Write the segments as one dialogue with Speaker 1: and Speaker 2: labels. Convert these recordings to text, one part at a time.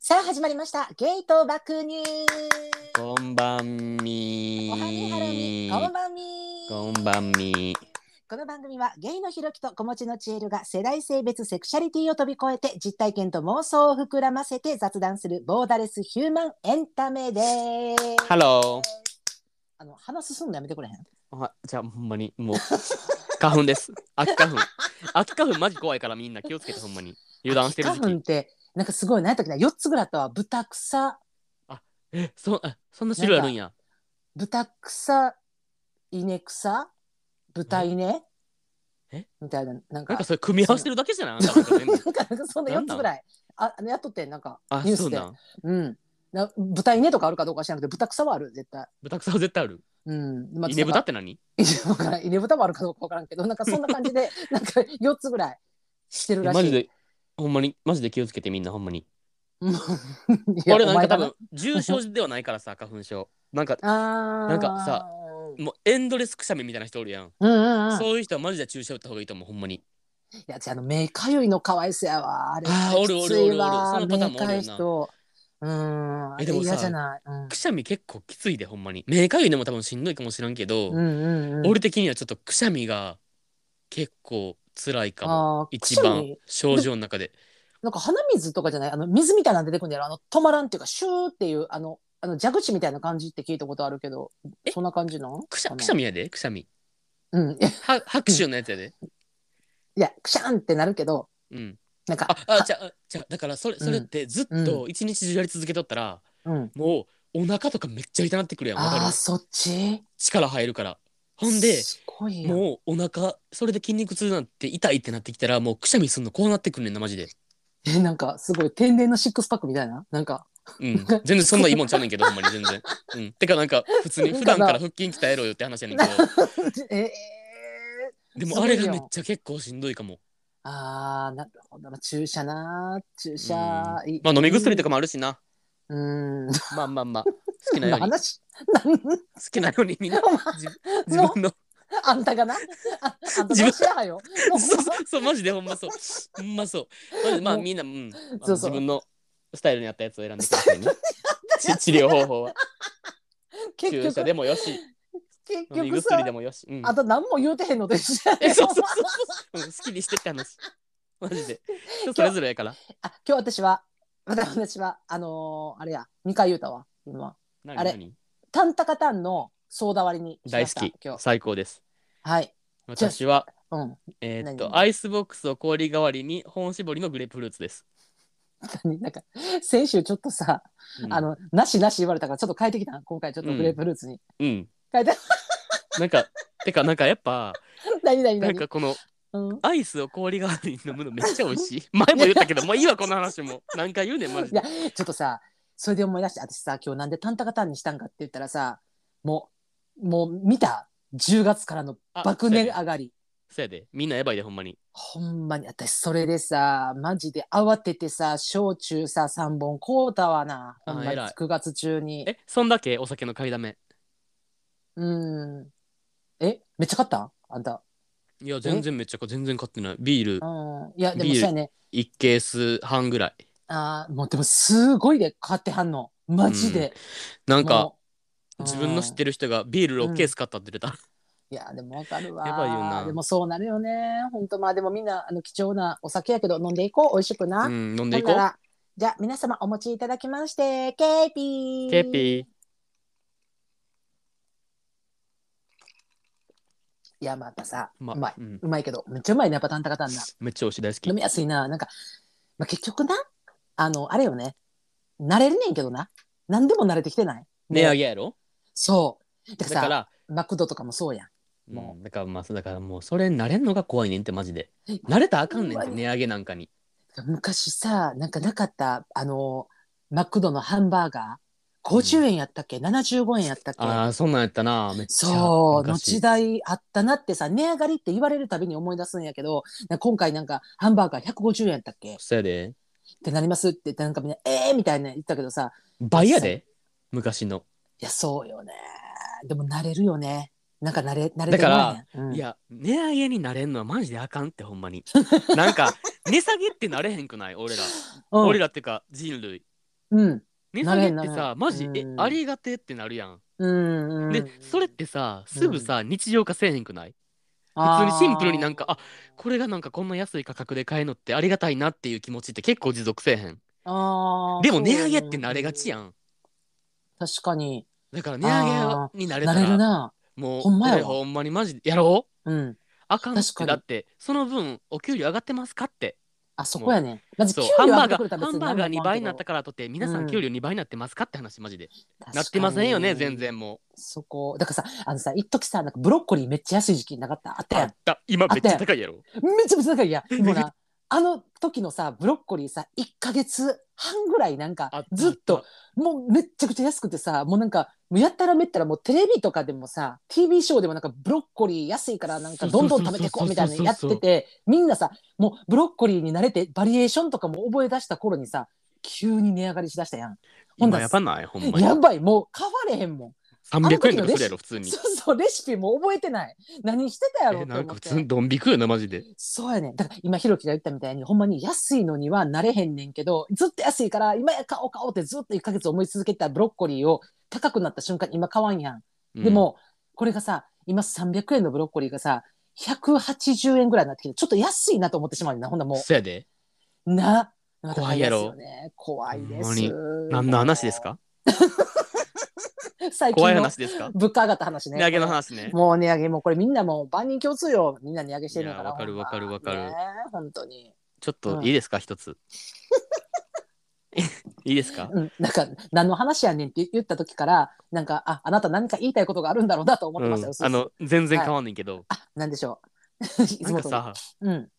Speaker 1: 始まりました。ゲート爆乳。
Speaker 2: こんばんみ
Speaker 1: おはにはらみ、こんばんみ。
Speaker 2: こんばんみ
Speaker 1: この番組はゲイのひろきと子持ちのちえるが世代性別セクシャリティを飛び越えて実体験と妄想を膨らませて雑談するボーダレスヒューマンエンタメです。
Speaker 2: ハロ
Speaker 1: あの話進むのやめてくれへん。
Speaker 2: ーあじゃあほんまに もう花粉です秋花粉秋花粉マジ怖いからみんな気をつけてほんまに油断してる時
Speaker 1: 花粉っ
Speaker 2: 期
Speaker 1: てなんかすごい何やったっけな4つぐらいあったわ。豚草、
Speaker 2: えそあそんな種類あるんや
Speaker 1: 豚草、稲草、豚稲
Speaker 2: え
Speaker 1: みたいななん
Speaker 2: なん
Speaker 1: か
Speaker 2: かそれ組み合わせてるだけじゃないあんたなんか全部
Speaker 1: なんかなんかそんな
Speaker 2: な
Speaker 1: 4
Speaker 2: んな
Speaker 1: つ
Speaker 2: ん
Speaker 1: ぐらいああのやっとってんなんか
Speaker 2: あ
Speaker 1: ニュー
Speaker 2: そ
Speaker 1: ス
Speaker 2: う
Speaker 1: で
Speaker 2: なん
Speaker 1: うんな豚稲とかあるかどうか知らなくて豚草はある絶対
Speaker 2: 豚草は絶対ある
Speaker 1: うんまあ
Speaker 2: 稲豚って何
Speaker 1: わから ん稲豚もあるかどうかわからんけどなんかそんな感じ でなんか4つぐらいしてるらしい
Speaker 2: マジでほんまにマジで気をつけてみんなほんまに
Speaker 1: うんいや
Speaker 2: 俺なん
Speaker 1: お前
Speaker 2: か多
Speaker 1: がな
Speaker 2: 分重症ではないからさ花粉症なんか
Speaker 1: あー
Speaker 2: なんかさもうエンドレスくしゃみみたいな人おるやん
Speaker 1: うんうんうんい
Speaker 2: そういう人はマジで注射打った方がいいと思う、ほんまに。
Speaker 1: や私あの目かゆいのかわいそうやわあれ
Speaker 2: あーおるおるおるおる
Speaker 1: きついわ
Speaker 2: そのパターンもおるよな
Speaker 1: 目かゆい人うんあれ
Speaker 2: えでもさ
Speaker 1: 嫌じゃない、うん
Speaker 2: くしゃみ結構きついで、ほんまに。目かゆいのも多分しんどいかもしらんけど、
Speaker 1: うんうんうん、
Speaker 2: 俺的にはちょっとくしゃみが結構辛いかも。
Speaker 1: あー
Speaker 2: 一
Speaker 1: くしゃみ
Speaker 2: 番症状の中で。
Speaker 1: なんか鼻水とかじゃないあの水みたいなの出てくるんだよあの止まらんっていうかシューっていうあのあの蛇口みたいな感じって聞いたことあるけど
Speaker 2: え
Speaker 1: そんな感じなん
Speaker 2: くし
Speaker 1: か
Speaker 2: ゃ
Speaker 1: な
Speaker 2: くしゃみやで、くしゃみ。
Speaker 1: うんいやい
Speaker 2: は拍手のやつやで。
Speaker 1: やくしゃんってなるけど
Speaker 2: うん。
Speaker 1: なんか
Speaker 2: あ、あ、
Speaker 1: は
Speaker 2: じゃあ、じゃあだからそれ、
Speaker 1: うん
Speaker 2: それってずっと一日中やり続けとったら、
Speaker 1: うん、
Speaker 2: もうお腹とかめっちゃ痛なってくるやん。わ
Speaker 1: あ
Speaker 2: か
Speaker 1: ー
Speaker 2: る
Speaker 1: そっち
Speaker 2: 力入るから。ほんで、
Speaker 1: すごいよ
Speaker 2: もうお腹それで筋肉痛なんて痛いってなってきたらもうくしゃみすんのこうなってくんねんなマジで
Speaker 1: えなんかすごい天然のシックスパックみたいななんか
Speaker 2: うん全然そんないいもんちゃうねんけどほんまに全然 うんてかなんか普通に普段から腹筋鍛えろよって話やねんけ
Speaker 1: ええ
Speaker 2: どでもあれがめっちゃ結構しんどいかも
Speaker 1: あーなるほど注射な注射い
Speaker 2: まあ飲み薬と
Speaker 1: か
Speaker 2: かもあるしな
Speaker 1: うん
Speaker 2: まあまあまあ好きなように好
Speaker 1: 話なん
Speaker 2: きなようにみんな
Speaker 1: お前
Speaker 2: 自自分の
Speaker 1: あんたがな ああんたどうしやはよもう
Speaker 2: そうそうそうマジでほんまそうほんまそうまあまあ
Speaker 1: もう
Speaker 2: みんなうんあ の
Speaker 1: そうそ
Speaker 2: 自
Speaker 1: う
Speaker 2: 分のスタイルに合ったやつを選んでください ね治治療方法は
Speaker 1: 結
Speaker 2: 注射
Speaker 1: 局
Speaker 2: でもよし
Speaker 1: 結
Speaker 2: 飲み
Speaker 1: 局さ
Speaker 2: 薬でもよしうん
Speaker 1: あと何も言うてへんのでしょ
Speaker 2: えそうそうそうそう、うん、好きにしてって話マジで人それぞれやから
Speaker 1: あ今日私は私はあのーあれや2回言うたわ今
Speaker 2: 何
Speaker 1: あれ
Speaker 2: 何
Speaker 1: タンタカタンのソーダ割りにしま
Speaker 2: 大
Speaker 1: した
Speaker 2: 好き
Speaker 1: 今日
Speaker 2: 最高です
Speaker 1: はい
Speaker 2: 私は
Speaker 1: うん
Speaker 2: えーっ
Speaker 1: 何
Speaker 2: とアイスボックスを氷代わりに本絞りのグレープフルーツです、
Speaker 1: 何なんか先週ちょっとさ、
Speaker 2: う ん、
Speaker 1: あのなしなし言われたからちょっと変えてきたな今回ちょっとグレープフルーツに、
Speaker 2: うん
Speaker 1: 変えて
Speaker 2: なんかてかなんかやっぱ
Speaker 1: 何 何
Speaker 2: なん
Speaker 1: 何
Speaker 2: かこの
Speaker 1: うん
Speaker 2: アイスを氷代わりに飲むのめっちゃ美味しい 前も言った けどもういいわこの話も何回言うねんマジ
Speaker 1: い
Speaker 2: で
Speaker 1: やちょっとさそれで思い出して私さ今日なんでタンタカタンにしたんかって言ったらさもうもう見た10月からの
Speaker 2: あ
Speaker 1: 爆値上がり
Speaker 2: そうやでみんなやばいでほんまに
Speaker 1: ほんまに私それでさマジで慌ててさ焼酎さ3本買うたわなほ
Speaker 2: あ
Speaker 1: んまに
Speaker 2: 偉い
Speaker 1: 9月中に
Speaker 2: えそんだけお酒の買いだめ
Speaker 1: うんえめっちゃ買ったあんた
Speaker 2: いや全然めっちゃ全然買ってないビール
Speaker 1: うんいやでも
Speaker 2: ビ
Speaker 1: そ
Speaker 2: ー
Speaker 1: う
Speaker 2: ル
Speaker 1: やね
Speaker 2: 1ケース半ぐらい
Speaker 1: あーもうでもすごいで買ってはんのマジで、
Speaker 2: なんか
Speaker 1: もう
Speaker 2: 自分の知っ
Speaker 1: うん
Speaker 2: てる人がビール6ケース買ったって出た、
Speaker 1: いやでもわかるわ
Speaker 2: やばいよな
Speaker 1: でもそうなるよねほんとまあでもみんなあの貴重なお酒やけど飲んでいこう美味しくな、、
Speaker 2: うんん、飲んでいこう
Speaker 1: じゃあ皆様お持ちいただきましてケーピー
Speaker 2: ケーピー
Speaker 1: いやまたさう
Speaker 2: ま
Speaker 1: まい
Speaker 2: うん
Speaker 1: うまいけどめっちゃうまいねやっぱタンタカタンな
Speaker 2: めっちゃ美味しい大好き
Speaker 1: 飲みやすいななんか、まあ、結局なあのあれよね慣れるねんけどな何でも慣れてきてない
Speaker 2: 値上
Speaker 1: げ
Speaker 2: げやろ
Speaker 1: そうだ
Speaker 2: だ
Speaker 1: からさ
Speaker 2: から
Speaker 1: マクドとかもそうやん
Speaker 2: も
Speaker 1: も
Speaker 2: うんだからまあそうだからもうそれ慣れんのが怖いねんってマジで慣れたらあかんねんっ
Speaker 1: ほ
Speaker 2: て
Speaker 1: んま
Speaker 2: 値上げなんかに
Speaker 1: 昔さなんかなかったあのマクドのハンバーガー50円やったっけ、75円やったっけ
Speaker 2: ああそんなんやったなめっちゃ
Speaker 1: そうの
Speaker 2: 昔
Speaker 1: 時代あったなってさ値上がりって言われるたびに思い出すんやけどなんか今回なんかハンバーガー150円やったっけっ
Speaker 2: そうやで
Speaker 1: てなりますって言ってなんかみんな「ええー!」みたいな言ったけどさ
Speaker 2: 倍やで昔の、
Speaker 1: いや、そうよね。でも慣れるよね。なんか慣れ、慣れ
Speaker 2: だから
Speaker 1: ら、うん
Speaker 2: いや値上げになれんのはマジであかんってほんま になんか値下げってなれへんくない俺ら、
Speaker 1: うん
Speaker 2: 俺らってか人類
Speaker 1: うん。
Speaker 2: 値下げっ
Speaker 1: なれ
Speaker 2: て
Speaker 1: んな
Speaker 2: さ
Speaker 1: れん
Speaker 2: マジえ
Speaker 1: うん
Speaker 2: ありがてってなるやん、
Speaker 1: うん。うん
Speaker 2: でそれってさすぐさ、日常化せえへんくない普
Speaker 1: あ
Speaker 2: 通
Speaker 1: ー
Speaker 2: にシンプルになんかあこれがなんかこんな安い価格で買えるのってありがたいなっていう気持ちって結構持続せえへん
Speaker 1: あー
Speaker 2: でも値上げってなれがちや
Speaker 1: ん。
Speaker 2: ん
Speaker 1: 確かに。
Speaker 2: だから値上げになれ
Speaker 1: な
Speaker 2: たら
Speaker 1: れるな。
Speaker 2: もう
Speaker 1: ほんまやわ
Speaker 2: 俺ほんまにマジでやろう
Speaker 1: うん。
Speaker 2: あかんって
Speaker 1: 確かに
Speaker 2: だってその分お給料上がってますかって
Speaker 1: あ、そこやね。まず
Speaker 2: そ
Speaker 1: 給
Speaker 2: う
Speaker 1: 料
Speaker 2: ハン
Speaker 1: 上
Speaker 2: バ
Speaker 1: が
Speaker 2: ー
Speaker 1: って
Speaker 2: ガ
Speaker 1: くれた
Speaker 2: ー
Speaker 1: ら
Speaker 2: ハ
Speaker 1: 別
Speaker 2: ン
Speaker 1: に何も
Speaker 2: バーガ
Speaker 1: 思わんけ
Speaker 2: ー2倍
Speaker 1: ど
Speaker 2: になったからとって皆さ
Speaker 1: うんん
Speaker 2: 給料2倍になってますかって話マジで
Speaker 1: 確かに
Speaker 2: なってませんよね全然も
Speaker 1: そこ。だからさ、あのさ、一時さ、なんかブロッコリーめっちゃ安い時期なかったあっ
Speaker 2: う
Speaker 1: たやん。
Speaker 2: あ今めっちゃ高いやろ
Speaker 1: めちゃめちゃ高い やん。もうな、あの時のさ、ブロッコリーさ、1ヶ月半ぐらいなん
Speaker 2: あ
Speaker 1: か
Speaker 2: った
Speaker 1: ずっと、もうめっちゃくちゃ安くてさ、もうなんか、もうやったらめったらもうテレビとかでもさ、TV ショーでもなんかブロッコリー安いからなんかどんどん食べていこうみたいなのやってて、みんなさ、もうブロッコリーに慣れてバリエーションとかも覚え出した頃にさ、急に値上がりしだしたやん。ほんだ
Speaker 2: 今やばないほんまに
Speaker 1: やばい、もう買われへんもん。
Speaker 2: 300円と
Speaker 1: あの時の
Speaker 2: か
Speaker 1: レシ
Speaker 2: するやろ普通に
Speaker 1: そうそう、レシピも覚えてない。何してたやろ
Speaker 2: え
Speaker 1: って
Speaker 2: な
Speaker 1: 思
Speaker 2: んか
Speaker 1: っ
Speaker 2: 普
Speaker 1: て。
Speaker 2: 通にドン引くよなマジで
Speaker 1: そうやねんだから今ひろきが言ったみたいにほんまに安いのにはなれへんねんけどずっと安いから今や買おう買おうってずっと1ヶ月思い続けてたブロッコリーを高くなった瞬間今買わんやん、
Speaker 2: うん
Speaker 1: でもこれがさ今300円のブロッコリーがさ180円ぐらいになってきてちょっと安いなと思ってしまうねんなほんならも
Speaker 2: そやで
Speaker 1: うな
Speaker 2: 怖いやろ
Speaker 1: また怖いですよ
Speaker 2: ほんま
Speaker 1: ね
Speaker 2: に
Speaker 1: 怖いです
Speaker 2: 何の話ですか
Speaker 1: 最
Speaker 2: 怖
Speaker 1: 近
Speaker 2: い
Speaker 1: の
Speaker 2: 話ですか
Speaker 1: 物価上がった話ね
Speaker 2: 値上げの話ね
Speaker 1: もう値上げもうこれみんなもう万人共通よみんな値上げしてるんやから
Speaker 2: いやわかるわかるわかる
Speaker 1: ほんまねえ本当に
Speaker 2: ちょっといいですか 一ついいですか
Speaker 1: うん、なんか何の話やねんって言った時からなんかああなた何か言いたいことがあるんだろうなと思ってましたよ、
Speaker 2: うん
Speaker 1: そう
Speaker 2: あ
Speaker 1: そう
Speaker 2: の全然変わんねんけど
Speaker 1: あなんでしょう いつ
Speaker 2: なん
Speaker 1: も
Speaker 2: か
Speaker 1: と
Speaker 2: さ
Speaker 1: うん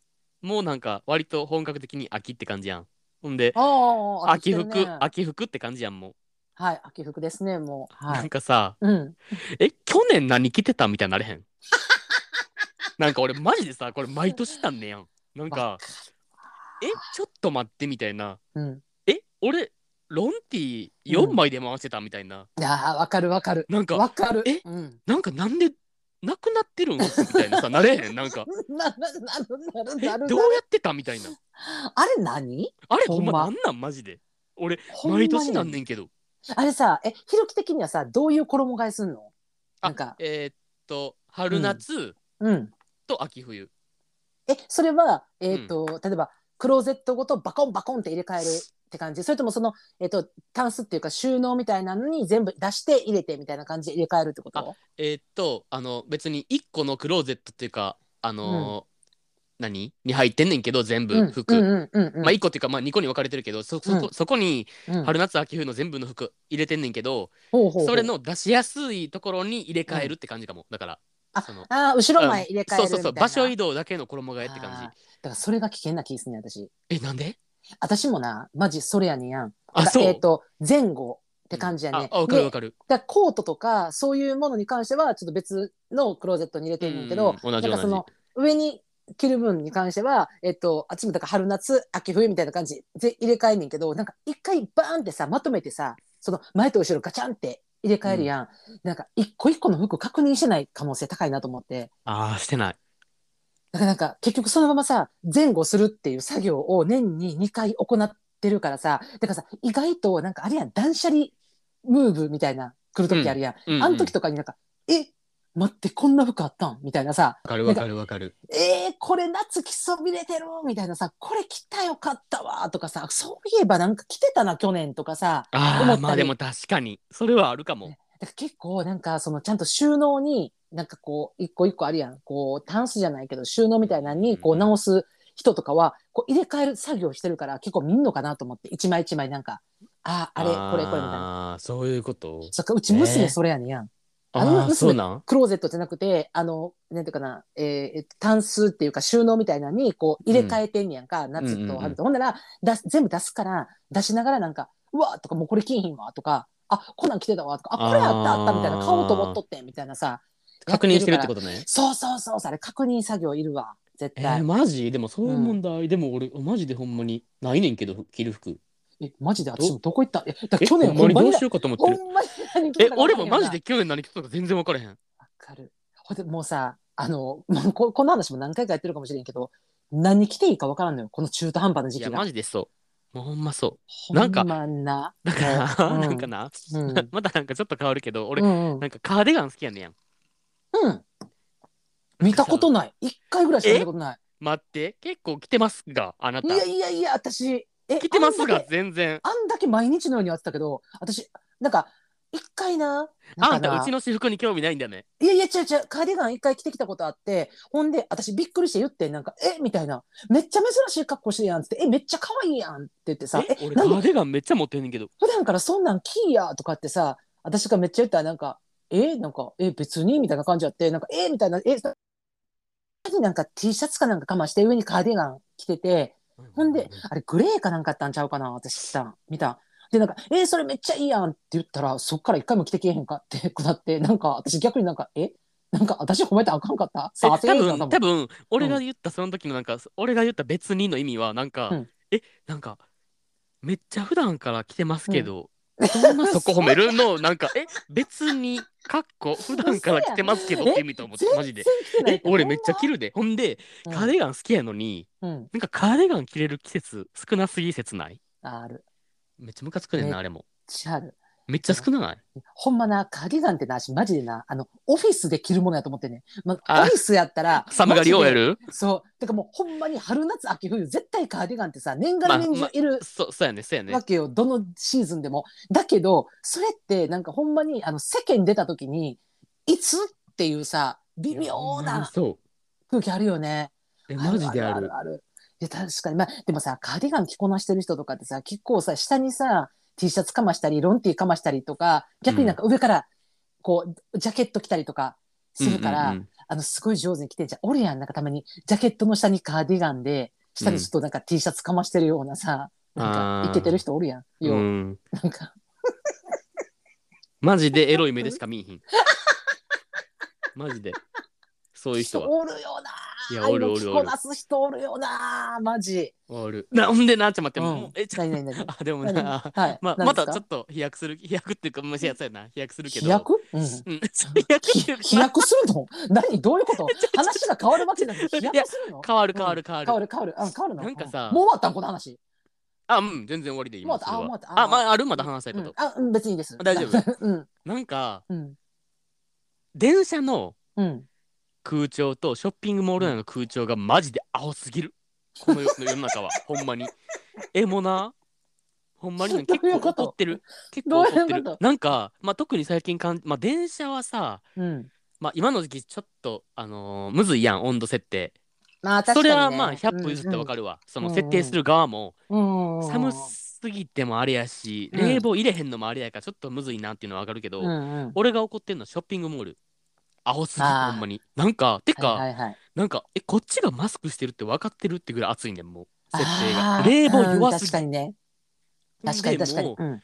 Speaker 2: もうなんか割と本格的に秋って感じやんほんで
Speaker 1: あー来て
Speaker 2: 秋
Speaker 1: る
Speaker 2: 服
Speaker 1: ね、
Speaker 2: 秋服って感じやんもう
Speaker 1: はい秋服ですねもうは
Speaker 2: なん
Speaker 1: い
Speaker 2: かさ
Speaker 1: うん
Speaker 2: え去年何着てたみたいになれへん なんか俺マジでさこれ毎年なんねやんなんかえちょっと待ってみたいな
Speaker 1: うん
Speaker 2: え俺ロンティ4枚で回してたみたいな、
Speaker 1: いやーわかるわかる
Speaker 2: なんか
Speaker 1: わかる
Speaker 2: え
Speaker 1: うん、
Speaker 2: なんかなんでなくなってるんみたいなさなれへんなんか
Speaker 1: なななるなる
Speaker 2: え
Speaker 1: なるなる
Speaker 2: どうやってたみたいな
Speaker 1: あれ何
Speaker 2: あれ
Speaker 1: ほ
Speaker 2: ほ
Speaker 1: ん
Speaker 2: ん
Speaker 1: ま
Speaker 2: まなんなんマジで俺
Speaker 1: ほんまに
Speaker 2: 毎年なんねんけど
Speaker 1: あれさえひろき的にはさどういう衣替えすんの
Speaker 2: あ
Speaker 1: なんか
Speaker 2: えーっと春夏
Speaker 1: うん
Speaker 2: と秋冬、
Speaker 1: えそれは、えーと例えばクローゼットごとバコンバコンって入れ替えるって感じそれともその、えー、とタンスっていうか収納みたいなのに全部出して入れてみたいな感じで入れ替えるってこと
Speaker 2: えーっとあの別に1個のクローゼットっていうかあのー何に入ってんねんけど全
Speaker 1: う
Speaker 2: 部
Speaker 1: ん
Speaker 2: 服、
Speaker 1: うんうんうんうん
Speaker 2: まあ1個っていうかまあ2個に分かれてるけどそそこ,、
Speaker 1: う
Speaker 2: そこに
Speaker 1: うん
Speaker 2: 春夏秋冬の全部の服入れてんねんけど、
Speaker 1: ほうほうほう
Speaker 2: それの出しやすいところに入れ替えるって感じかも、だから
Speaker 1: あ
Speaker 2: その
Speaker 1: あー後ろ前
Speaker 2: うん
Speaker 1: 入れ替えるみ
Speaker 2: そ
Speaker 1: たいな、
Speaker 2: うそうそう場所移
Speaker 1: 動
Speaker 2: 動だけの衣替えって
Speaker 1: あー
Speaker 2: 感
Speaker 1: だからそれが危険な気ですね私
Speaker 2: じえなんで
Speaker 1: 私もなマジそれやねんやん
Speaker 2: あ
Speaker 1: だ
Speaker 2: そう
Speaker 1: えー、と前後って感じやね、
Speaker 2: ああ分かる分かる
Speaker 1: だからコートとかそういうものに関してはちょっと別のクローゼットに入れてるんだけど、
Speaker 2: うんうん同じ
Speaker 1: なんかその上に着る分に関しては、えっと、あっちもだから春夏秋冬みたいな感じで入れ替えんねんけどなんか一回バーンってさまとめてさその前と後ろガチャンって入れ替えるやん、なんか一個一個の服確認してない可能性高いなと思って。
Speaker 2: ああしてない
Speaker 1: だからなんか結局そのままさ前後するっていう作業を年に2回行ってるからさだからさ意外となんかあれやん断捨離ムーブみたいな来る時あるやん、
Speaker 2: うんうん
Speaker 1: あの時とかになんか、え待ってこんな服あったんみたいなさ
Speaker 2: 分かる分かる分かる
Speaker 1: えー、これ夏着そびれてるみたいなさこれ着たよかったわとかさそういえばなんか着てたな去年とかさ思
Speaker 2: あ
Speaker 1: っ
Speaker 2: あ
Speaker 1: たり
Speaker 2: まあでも確かにそれはあるかも、
Speaker 1: だから結構なんかそのちゃんと収納になんかこう一個一個あるやんこうタンスじゃないけど収納みたいなのにこう
Speaker 2: うん
Speaker 1: 直す人とかはこう入れ替える作業してるから結構見んのかなと思って一枚一枚なんかああれこれこれみたいな。
Speaker 2: なそういうこと
Speaker 1: そっかうち娘
Speaker 2: ね
Speaker 1: それやねんやん。あの
Speaker 2: ああーそうなん
Speaker 1: クローゼットじゃなくて、あの、なんていうかな、えー、タンスっていうか収納みたいなのに、こう、入れ替えてんねやんか、夏と春と。ほんなら、だ全部出すから、出しながらなんか、うわーとか、もうこれ着いひんわとか、あ、こんなん着てたわとか、あ、これあったあったみたいな、
Speaker 2: あー
Speaker 1: 買おうと思っとってんみたいなさ。
Speaker 2: 確認してるって
Speaker 1: と
Speaker 2: ことね
Speaker 1: そうそうそう、それ確認作業いるわ、絶
Speaker 2: え
Speaker 1: 対。
Speaker 2: ー、
Speaker 1: え
Speaker 2: マジでもそういう問題、でも俺マジでほんまにないねんけど着る服
Speaker 1: マジで私もどこ行ったえ、だから
Speaker 2: え
Speaker 1: 去年
Speaker 2: ほんま
Speaker 1: ほん
Speaker 2: に
Speaker 1: ま
Speaker 2: ど
Speaker 1: に
Speaker 2: う
Speaker 1: な
Speaker 2: しようかと思って
Speaker 1: ほ
Speaker 2: る
Speaker 1: んまに何着て
Speaker 2: え
Speaker 1: たか分
Speaker 2: 俺
Speaker 1: から
Speaker 2: も
Speaker 1: へんな
Speaker 2: マジで去年何着てたか全然分からへん
Speaker 1: わかる。ほんでもうさ、あの、 もうここの話も何回かやってるかもしれんけど、何着ていいかわからんのよ、この中途半端な時
Speaker 2: い
Speaker 1: 期
Speaker 2: や
Speaker 1: が
Speaker 2: マ。ジでそもうほんまそう。
Speaker 1: ほ
Speaker 2: なんか
Speaker 1: まな。
Speaker 2: だから、
Speaker 1: うん
Speaker 2: なんかな、
Speaker 1: うん。
Speaker 2: またなんかちょっと変わるけど、俺、
Speaker 1: うん
Speaker 2: なんかカーディガン好きやねんやん。
Speaker 1: うん。見たことない。一回ぐらいしか見たことない。
Speaker 2: 待って、結構来てますが、あないた。
Speaker 1: やいやいや、私、え、
Speaker 2: 来てます
Speaker 1: あん
Speaker 2: が
Speaker 1: だ、け
Speaker 2: 全然。
Speaker 1: あんだけ毎日のようにやってたけど、私、なんか、一回な。な
Speaker 2: あ
Speaker 1: か
Speaker 2: んた、うち
Speaker 1: の。
Speaker 2: の私服に興味ないんだね。
Speaker 1: いやいや、違う違う、カーディガン一回着てきたことあって、ほんで、私びっくりして言ってん、なんか、えみたいな。めっちゃ珍しい格好してるやんっつって、え、めっちゃ可愛いやんって言ってさ、
Speaker 2: え
Speaker 1: え、
Speaker 2: 俺、
Speaker 1: な
Speaker 2: カ
Speaker 1: んで
Speaker 2: ーディガンめっちゃ持ってんねんけど。
Speaker 1: 普段からそんなんキーやとかってさ、私がめっちゃ言ったらなんか、えなんか、え別にみたいな感じやって、なんか、えみたいな、えななんか T シャツかなんかかまして、上にカーディガン着てて、ほんで、あれグレーかなんかあったんちゃうかな、私さ、見た。で、なんか、えそれめっちゃいいやんって言ったら、そっから一回も着てけえへんかって くなって、なんか、私逆になんか、えなんか、私褒めたらあかんかった
Speaker 2: え
Speaker 1: さあ、
Speaker 2: 多
Speaker 1: 焦りやん
Speaker 2: 分多分俺が言ったその時のなんか、俺が言った別にの意味はなんか、
Speaker 1: うん
Speaker 2: えなんかめっちゃ普段から来てますけど、そんなそこ褒めるのなんかえ別にかっこ普段から来てますけどって意味と思って
Speaker 1: 全然
Speaker 2: マジで
Speaker 1: 着てない
Speaker 2: え俺めっちゃ着るでほんで
Speaker 1: う
Speaker 2: カ
Speaker 1: ん
Speaker 2: ーディガン好きやのに、
Speaker 1: うん、
Speaker 2: なんかカーディガン着れる季節少なすぎ説ない
Speaker 1: ある。
Speaker 2: めっちゃムカつくねんな
Speaker 1: ね
Speaker 2: あれも
Speaker 1: ちゃある。
Speaker 2: めっちゃ少ない
Speaker 1: ほんまな、カーディガンってな、私マジでな、あの、オフィスで着るものやと思ってんねん。ま
Speaker 2: あ
Speaker 1: オフィスやったら。
Speaker 2: 寒がりをや
Speaker 1: マ
Speaker 2: る
Speaker 1: ジでそう。てかもう、ほんまに春夏秋冬、絶対カーディガンってさ、年がら年
Speaker 2: ま
Speaker 1: 中
Speaker 2: あ
Speaker 1: いる
Speaker 2: そそうやねそうやね
Speaker 1: わけよ、どのシーズンでも。だけど、それって、なんかほんまに、あの、世間出た時に、いつっていうさ、微妙
Speaker 2: いやほんまに
Speaker 1: な
Speaker 2: そう
Speaker 1: 空気あるよね。
Speaker 2: えマジである
Speaker 1: あるある。いや、確かに。まあ、でもさ、カーディガン着こなしてる人とかってさ、結構さ、下にさ、T シャツかましたり、ロンティーかましたりとか、逆になんか上から、こう、ジャケット着たりとかするから、
Speaker 2: うんうんうん
Speaker 1: あの、すごい上手に着てんじゃん。俺やん、なんかたまに、ジャケットの下にカーディガンで、下にちょっとなんか T シャツかましてるようなさ、なん
Speaker 2: あー
Speaker 1: か、いけてる人おるやん。よう、
Speaker 2: うん
Speaker 1: なんか、
Speaker 2: マジでエロい目でしか見えひん。マジで。そういう人は。
Speaker 1: おるよないい
Speaker 2: や、おるおる
Speaker 1: 着
Speaker 2: お
Speaker 1: こ
Speaker 2: る
Speaker 1: な。す人おるよなマジ。
Speaker 2: おる。なほんでな、ちょっと待って、もう、え、ちょ
Speaker 1: 何何 何
Speaker 2: あ、でも
Speaker 1: 何
Speaker 2: な、
Speaker 1: はい。
Speaker 2: ま
Speaker 1: 何
Speaker 2: ま
Speaker 1: です
Speaker 2: た
Speaker 1: か
Speaker 2: ちょっと飛躍する、飛躍っていうか、まあ、飛躍そうやな、飛躍するけど。
Speaker 1: 飛躍うん。
Speaker 2: うん、飛躍っていう
Speaker 1: 飛
Speaker 2: か、
Speaker 1: 躍するの何どういう こと話が変わるわけじゃなくて飛躍するの
Speaker 2: 変わる変わる変わる。
Speaker 1: 変わる変わるあ変わるの
Speaker 2: なんかさ
Speaker 1: うんもう終わったんこの話
Speaker 2: あ、うん、全然終わりでいい
Speaker 1: もう
Speaker 2: 今
Speaker 1: 終
Speaker 2: それ
Speaker 1: わ
Speaker 2: は
Speaker 1: ったあ
Speaker 2: あ、
Speaker 1: もう終わった
Speaker 2: まあ、あるまだ話したいこ
Speaker 1: うん
Speaker 2: と。
Speaker 1: あうん別にいいです
Speaker 2: 大丈 夫
Speaker 1: うん
Speaker 2: なんか、
Speaker 1: うん
Speaker 2: 電車の
Speaker 1: うん
Speaker 2: 空調とショッピングモール内の空調がマジで青すぎる。この世世の 中は、ほんまに。え、もうな、ほんまにね
Speaker 1: ど
Speaker 2: 結
Speaker 1: ういう
Speaker 2: 構
Speaker 1: こと
Speaker 2: 怒ってる。結
Speaker 1: どう
Speaker 2: 構
Speaker 1: いうこと
Speaker 2: 怒ってる。なんか、まあ、特に最近かん、まあ、電車はさ、
Speaker 1: うん
Speaker 2: まあ、今の時期ちょっと、あのーむずいやん、温度設定。
Speaker 1: まあ確か
Speaker 2: そ
Speaker 1: にね
Speaker 2: れはまあ、100歩譲ってわかるわ。その設定する側も、
Speaker 1: うんうん
Speaker 2: 寒すぎてもあれやし、
Speaker 1: うん
Speaker 2: 冷房入れへんのもあれやから、ちょっとむずいなっていうのはわかるけど、
Speaker 1: うんうん
Speaker 2: 俺が怒ってんのはショッピングモール。青すぎ、
Speaker 1: あー
Speaker 2: ほんまに。なんか、てか、
Speaker 1: はいはいはい
Speaker 2: なんか、え、こっちがマスクしてるって分かってるってぐらい暑いねん、もう。設定
Speaker 1: あ
Speaker 2: が。
Speaker 1: ー
Speaker 2: 冷房
Speaker 1: うん
Speaker 2: 弱
Speaker 1: 確
Speaker 2: すぎ
Speaker 1: かにね確かに確かに
Speaker 2: で
Speaker 1: うん
Speaker 2: もう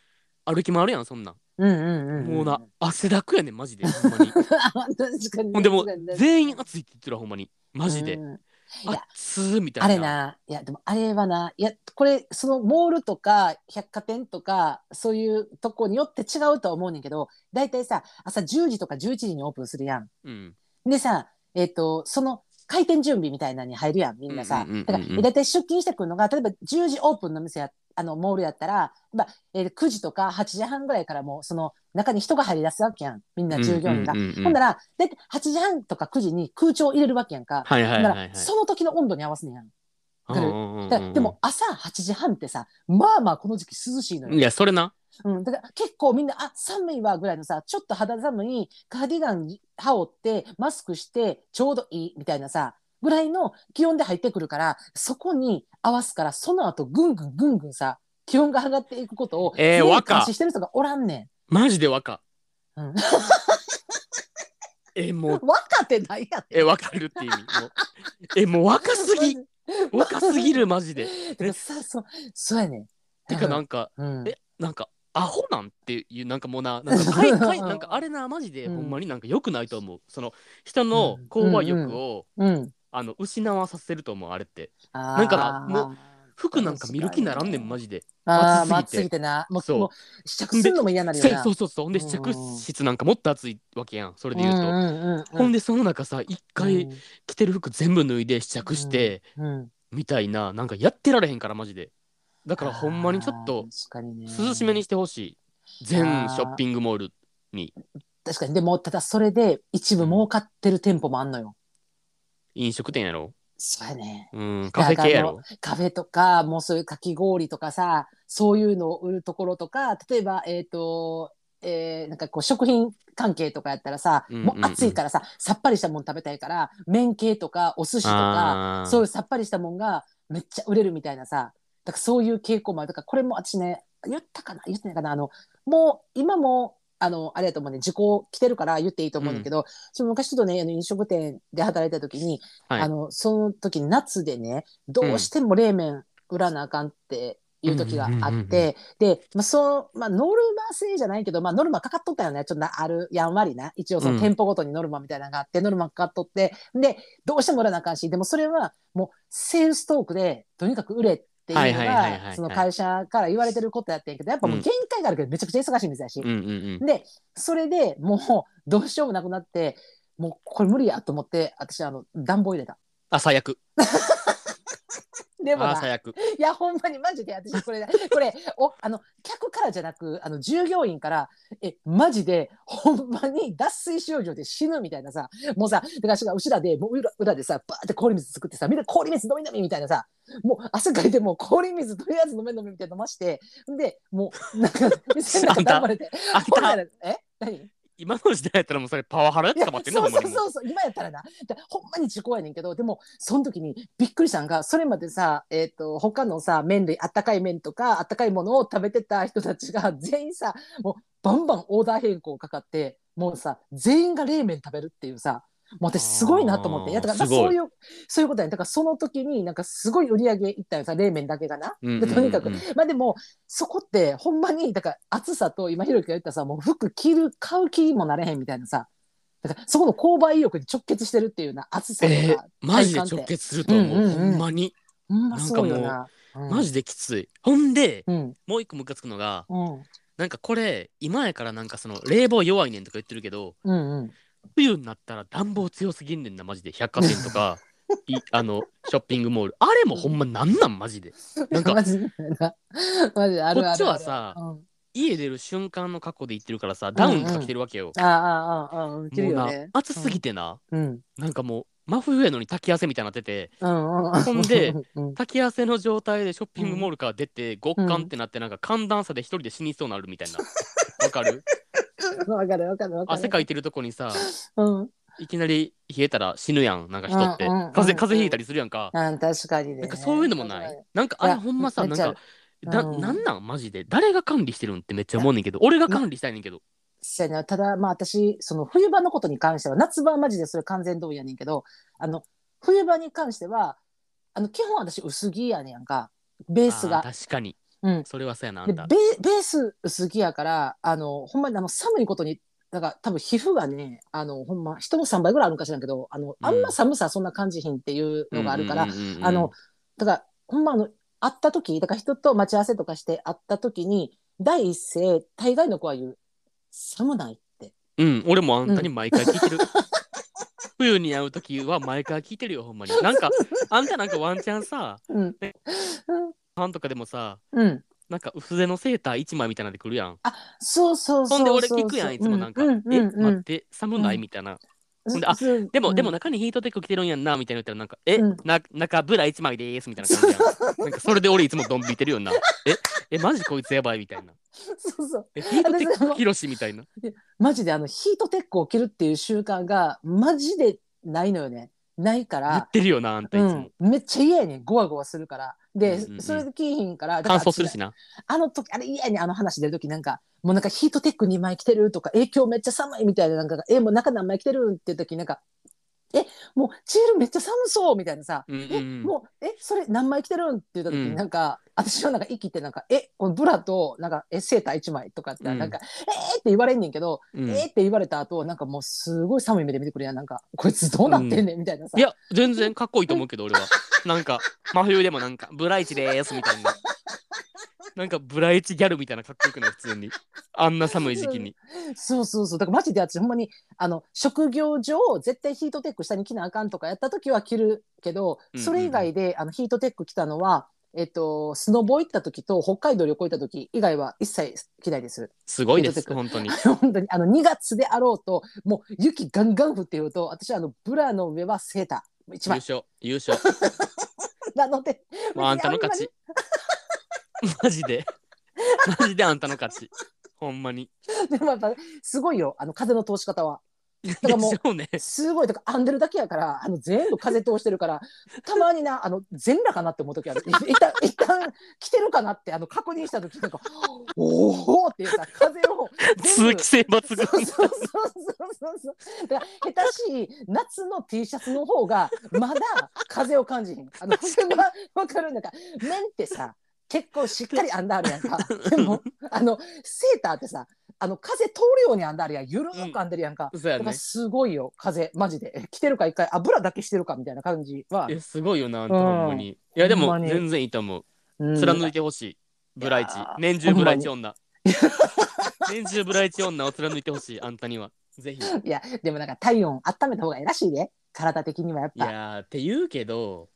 Speaker 2: 歩き回るやん、そんなん。
Speaker 1: うんうんうん、
Speaker 2: もうな汗だくやねん、マジで。ほん まに。
Speaker 1: 確かに
Speaker 2: ほんでもう
Speaker 1: 確かに確かに
Speaker 2: 全員暑いって言ってるわ、ほんまに。マジで
Speaker 1: う。んいや
Speaker 2: 暑ーみたいな。
Speaker 1: あれ。な、いや、でもあれはな、いや、これ、そのモールとか百貨店とか、そういうとこによって違うとは思うねんけど、大体さ、朝10時とか11時にオープンするやん。
Speaker 2: うん。
Speaker 1: でさ、えっ、と、その開店準備みたいなのに入るやん、みんなさ
Speaker 2: うんうんうんうん。
Speaker 1: だから、大体出勤してくるのが、例えば10時オープンの店や、あの、モールやったら、まあえー9時とか8時半ぐらいからもう、その中に人が入り出すわけやん。みんな従業員が。
Speaker 2: うんうんうんうん
Speaker 1: ほんなら、大体8時半とか9時に空調を入れるわけやんか。
Speaker 2: はいはい
Speaker 1: だ
Speaker 2: は
Speaker 1: か
Speaker 2: いは
Speaker 1: ら
Speaker 2: い、。
Speaker 1: その時の温度に合わせねんやん。
Speaker 2: うんうんうんうん
Speaker 1: だからでも、朝8時半ってさまあまあこの時期涼しいの
Speaker 2: い
Speaker 1: よ、
Speaker 2: や、それな。
Speaker 1: うん、だから結構みんなあ寒いわぐらいのさちょっと肌寒いカーディガン羽織ってマスクしてちょうどいいみたいなさぐらいの気温で入ってくるからそこに合わすからその後ぐんぐんぐんぐんさ気温が上がっていくことを
Speaker 2: えー
Speaker 1: 常に
Speaker 2: 若
Speaker 1: 監視してる人がおらんね
Speaker 2: マジで若。
Speaker 1: ん。うん、
Speaker 2: え、もう、
Speaker 1: 若手ないや
Speaker 2: え、若るって意味。もうえ、もう若 すぎ。若すぎる、マジで。
Speaker 1: てかさそうそうやねん。
Speaker 2: てか、な
Speaker 1: うん
Speaker 2: んか、
Speaker 1: うん
Speaker 2: えなんかアホなんっていうなんかもうななんか かいかい
Speaker 1: うん
Speaker 2: なんかあれなマジで
Speaker 1: う
Speaker 2: ほ
Speaker 1: ん
Speaker 2: んまになんか良くないと思うその人の
Speaker 1: うん
Speaker 2: 購買欲を、
Speaker 1: うん、
Speaker 2: あの失わさせると思うあれって
Speaker 1: なん
Speaker 2: かなも服なんか見る気ならんねんマ
Speaker 1: ジ
Speaker 2: ジで
Speaker 1: あーまあ
Speaker 2: 暑
Speaker 1: 暑
Speaker 2: す
Speaker 1: す
Speaker 2: ぎ
Speaker 1: ぎてなも
Speaker 2: そう
Speaker 1: うもう試着するのも嫌なるよ
Speaker 2: せ
Speaker 1: な
Speaker 2: そうそうそうほんで試着室なんかもっと暑いわけやんそれで言うと、
Speaker 1: んうんうん、
Speaker 2: ほんでその中さ一回
Speaker 1: うん
Speaker 2: 着てる服全部脱いで試着して、
Speaker 1: うん
Speaker 2: みたいななんかやってられへんからマジでだからほんまにちょっと
Speaker 1: あー確かにね
Speaker 2: 涼しめにしてほしい全ショッピングモール
Speaker 1: 確かにでもただそれで一部儲かってる店舗もあんのよ
Speaker 2: 飲食店やろ
Speaker 1: そうやね
Speaker 2: うんカフェ系やろ
Speaker 1: カフェとかもうそういうかき氷とかさそういうのを売るところとか例えばえっ、とえーなんかこう食品関係とかやったらさ、
Speaker 2: うんうんうん
Speaker 1: もう暑いからささっぱりしたもん食べたいから麺系とかお寿司とか
Speaker 2: あー
Speaker 1: そういうさっぱりしたもんがめっちゃ売れるみたいなさだからそういう傾向もあるだからこれも私ね言ったかな言ってないかなあのもう今もあのあれやと思うね時効来てるから言っていいと思うんだけど、その昔ちょっとねあの飲食店で働いた時に、
Speaker 2: はい
Speaker 1: あのその時夏でねどうしても冷麺売らなあかんって。いう時があ
Speaker 2: うんうん
Speaker 1: っ
Speaker 2: うんうん
Speaker 1: て、で、まあ、その、まあ、ノルマ制じゃないけど、まあ、ノルマかかっとったよね。ちょっとなある、やんわりな。一応、そうの
Speaker 2: ん
Speaker 1: 店舗ごとにノルマみたいなのがあって、ノルマかかっとって、で、どうしても売らなあかんし、でもそれはもうセールストークで、とにかく売れっていうの
Speaker 2: はいはいはいはいは
Speaker 1: が、
Speaker 2: い
Speaker 1: その会社から言われてることやってんけど、やっぱもう
Speaker 2: うん
Speaker 1: 限界があるけど、めちゃくちゃ忙しいんですやし
Speaker 2: うん。うん
Speaker 1: で、それでもう、どうしようもなくなって、もうこれ無理やと思って、私、あの、暖房入れた。
Speaker 2: あ最悪
Speaker 1: でも
Speaker 2: あ
Speaker 1: な、
Speaker 2: 最悪
Speaker 1: いや、ほんまにマジで、私、これ、 これ、お、あの、客からじゃなく、あの、従業員から、え、マジで、ほんまに脱水症状で死ぬみたいなさ、もうさ、だから私が後ろで、もう裏裏でさ、バーって氷水作ってさ、みんな氷水飲み飲みみたいなさ、もう汗かいてもう氷水とりあえず飲め飲めみたいな飲まして、で、もう、なんか、店の中頑張れて、
Speaker 2: あん
Speaker 1: ほんな
Speaker 2: た
Speaker 1: らえ何
Speaker 2: 今の時代やったらもうそれパワハラやっ
Speaker 1: い
Speaker 2: て
Speaker 1: や
Speaker 2: たまってん
Speaker 1: そ
Speaker 2: のほ
Speaker 1: うんそ
Speaker 2: まに
Speaker 1: う
Speaker 2: もう
Speaker 1: そうそう今やったらなだほんまに時効やねんけどでもその時にびっくりしたんがそれまでさ、えっと他のさ麺類あったかい麺とかあったかいものを食べてた人たちが 全員さもうバンバンオーダー変更かかってもうさ全員が冷麺食べるっていうさもう私すごいなと思って
Speaker 2: あー
Speaker 1: いやだから
Speaker 2: す
Speaker 1: そ
Speaker 2: ごい
Speaker 1: ういうそういうことやねだからその時になんかすごい売り上げいったよさ冷麺だけがな、
Speaker 2: うんうん
Speaker 1: で
Speaker 2: うん
Speaker 1: とにかく まあでもそこってほんまにだから暑さと今ひろきが言ったさもう服着る買う気にもなれへんみたいなさだからそこの購買意欲に直結してるっていうような暑さとか、
Speaker 2: えーマジで直結すると思う、
Speaker 1: うんうんうん
Speaker 2: ほんまに
Speaker 1: ほんまそうよ
Speaker 2: な
Speaker 1: なうん
Speaker 2: マジできつい、ほんで
Speaker 1: うん
Speaker 2: もう一個ムカつくのが
Speaker 1: うん
Speaker 2: なんかこれ今やからなんかその冷房弱いねんとか言ってるけど
Speaker 1: うんうん
Speaker 2: 冬になったら暖房強すぎんねんなマジで百貨店 とかいあのショッピングモールあれもほんまなんなんマジでなんか
Speaker 1: マジでなマジであるあるある
Speaker 2: こっちはさ
Speaker 1: うん
Speaker 2: 家出る瞬間の格好で行ってるからさダウンとか着てるわけよ、
Speaker 1: ああああああうん着る
Speaker 2: もう
Speaker 1: よ
Speaker 2: な、
Speaker 1: ね
Speaker 2: 暑すぎてな、
Speaker 1: うん
Speaker 2: なんかもう真冬やのに滝汗みたいになってて
Speaker 1: うんうん
Speaker 2: ほんで
Speaker 1: うん
Speaker 2: 滝汗の状態でショッピングモールから出て極寒ってなってなんか寒暖差で一人で死にそうになるみ たいなわかる
Speaker 1: わかるわかるわかる
Speaker 2: 汗かいてるとこにさ
Speaker 1: うん
Speaker 2: いきなり冷えたら死ぬやんなんか人って
Speaker 1: うんうんうんうん
Speaker 2: 風邪風邪ひいたりするやんか
Speaker 1: あ確かにね
Speaker 2: なんかそういうのもないなんか
Speaker 1: い
Speaker 2: あれ
Speaker 1: や
Speaker 2: ほんまさ
Speaker 1: め
Speaker 2: な
Speaker 1: っ
Speaker 2: ん
Speaker 1: ちゃ
Speaker 2: かだ
Speaker 1: うん
Speaker 2: なんなんマジで誰が管理してるんってめっちゃ思うねんけど俺が管理したいねんけど
Speaker 1: そうやなただまあ私その冬場のことに関しては夏場はマジでそれ完全同意やねんけどあの冬場に関してはあの基本私薄着やねんやんかベース
Speaker 2: あ
Speaker 1: が
Speaker 2: ー確かに
Speaker 1: うん
Speaker 2: それはさやなあ
Speaker 1: で
Speaker 2: ん
Speaker 1: ベ
Speaker 2: た
Speaker 1: ベース薄着やからあのほんまにあの寒いことにだから多分皮膚がねあのほんま人の3倍ぐらいあるんかしらんけどあのあんま寒さそんな感じひんっていうのがあるから、
Speaker 2: うんうんうんうん
Speaker 1: あのだからほんまあの会った時だから人と待ち合わせとかして会った時に第一声大概の子は言う「寒ない」って。
Speaker 2: うん、俺もあんたに毎回聞いてる。 冬に会うときは毎回聞いてるよ、ほんまに。なんか、あんたなんかワンチャンさ、
Speaker 1: うん
Speaker 2: ね
Speaker 1: うん
Speaker 2: ファンとかでもさ、
Speaker 1: うん
Speaker 2: なんか薄手のセーター1枚みたいなんで来るやん。
Speaker 1: そうそうそう
Speaker 2: ほんで
Speaker 1: そう
Speaker 2: 俺聞くやん、いつもなんか。
Speaker 1: う
Speaker 2: え、
Speaker 1: うん
Speaker 2: 待って、寒ない
Speaker 1: うん
Speaker 2: みたいな。
Speaker 1: うん
Speaker 2: ほんであ
Speaker 1: そう
Speaker 2: でも、でも
Speaker 1: うん
Speaker 2: 中にヒートテック着てるんやんな、みたいな言ったら、なんか、え、
Speaker 1: うん
Speaker 2: な中ブラ1枚でーす、みたいな感じや ん。なんか、それで俺いつもドン引いてるよな。え、え、マジこいつやばいみたいな。
Speaker 1: そうそう
Speaker 2: え、ヒートテッ
Speaker 1: 私
Speaker 2: ク
Speaker 1: も
Speaker 2: ヒロシみたいな。
Speaker 1: マジであのヒートテックを着るっていう習慣がマジでないのよねないか
Speaker 2: 言っ
Speaker 1: ら、
Speaker 2: てるよな、あんたいうつも。
Speaker 1: ん、めっちゃ嫌やねんゴワゴワするからで、
Speaker 2: うんうんうん
Speaker 1: それで着いひんからだか
Speaker 2: 乾
Speaker 1: ら
Speaker 2: 燥するしな。
Speaker 1: あの時あれ嫌やねんあの話出る時なんかもうなんかヒートテック2枚着てるとかえ今日めっちゃ寒いみたいななんかえもう中何枚着てるんっていう時なんかえもうチールめっちゃ寒そうみたいなさ
Speaker 2: うんうん
Speaker 1: え
Speaker 2: うん
Speaker 1: もうえそれ何枚着てるんって言った時
Speaker 2: うん
Speaker 1: になんか、私はなんか息ってなんかえこのブラとなんかえセーター1枚とかって
Speaker 2: うん
Speaker 1: なんか、えーって言われんねんけど、
Speaker 2: うん
Speaker 1: えーって言われた後なんかもうすごい寒い目で見てくるやんなんかこいつどうなってんねんみたいなさ、
Speaker 2: いや、全然かっこいいと思うけど、俺は。なんか、真冬でもなんか、ブライチでーすみたいな。なんか、ブライチギャルみたいなかっこよくない、普通に。あんな寒い時期に。
Speaker 1: そうそうそうだからマジで私ほんまにあの職業上絶対ヒートテック下に着なあかんとかやった時は着るけど、
Speaker 2: うんうんうん
Speaker 1: それ以外であのヒートテック着たのはえっと、スノボ行った時と北海道旅行行った時以外は一切嫌いです。
Speaker 2: すごいで
Speaker 1: 出て
Speaker 2: す、
Speaker 1: くる
Speaker 2: 本当に。
Speaker 1: 本当に、あの、2月であろうと、もう雪ガンガン降っていうと、私はあの、ブラの上はセーター。一
Speaker 2: 優
Speaker 1: 枚。
Speaker 2: 勝、優勝。
Speaker 1: なので、
Speaker 2: もうあんたの勝ち。マジで。マジであんたの勝ち。ほんまに。
Speaker 1: でもやっぱ、すごいよ、あの、風の通し方は。
Speaker 2: でし
Speaker 1: からもう
Speaker 2: ょうね。
Speaker 1: すごいとか編んでるだけやからあの全部風通してるからたまになあの全裸かなって思う時あるい一旦一旦来てるかなってあの確認した時なんか「おお!」っていうさ風を
Speaker 2: 通
Speaker 1: 全部
Speaker 2: 気性抜
Speaker 1: そう
Speaker 2: 群。
Speaker 1: そうそうそうそうだから下手しい夏の T シャツの方がまだ風を感じへん あの風が分かるんだから面ってさ結構しっかり編んであるやんかでもあのセーターってさあの風通るように編んであるやんゆるーく編んでるやんか、
Speaker 2: そうや
Speaker 1: だから
Speaker 2: ね。
Speaker 1: すごいよ、風、マジで。え来てるか一回、油だけしてるかみたいな感じは。
Speaker 2: え、すごいよな、あんたほんまに。いや、で
Speaker 1: ほ
Speaker 2: も、
Speaker 1: んまに
Speaker 2: 全然いいと思う。
Speaker 1: うん
Speaker 2: 貫いてほしい。ブライチ
Speaker 1: いや。ー
Speaker 2: 年中ブライチ女。年中ブライチ女を貫いてほしい、あんたには。ぜひ。い
Speaker 1: いや、でもなんか体温温めた方がいいらしいで、体的にはやっぱ。
Speaker 2: やー、って言うけど、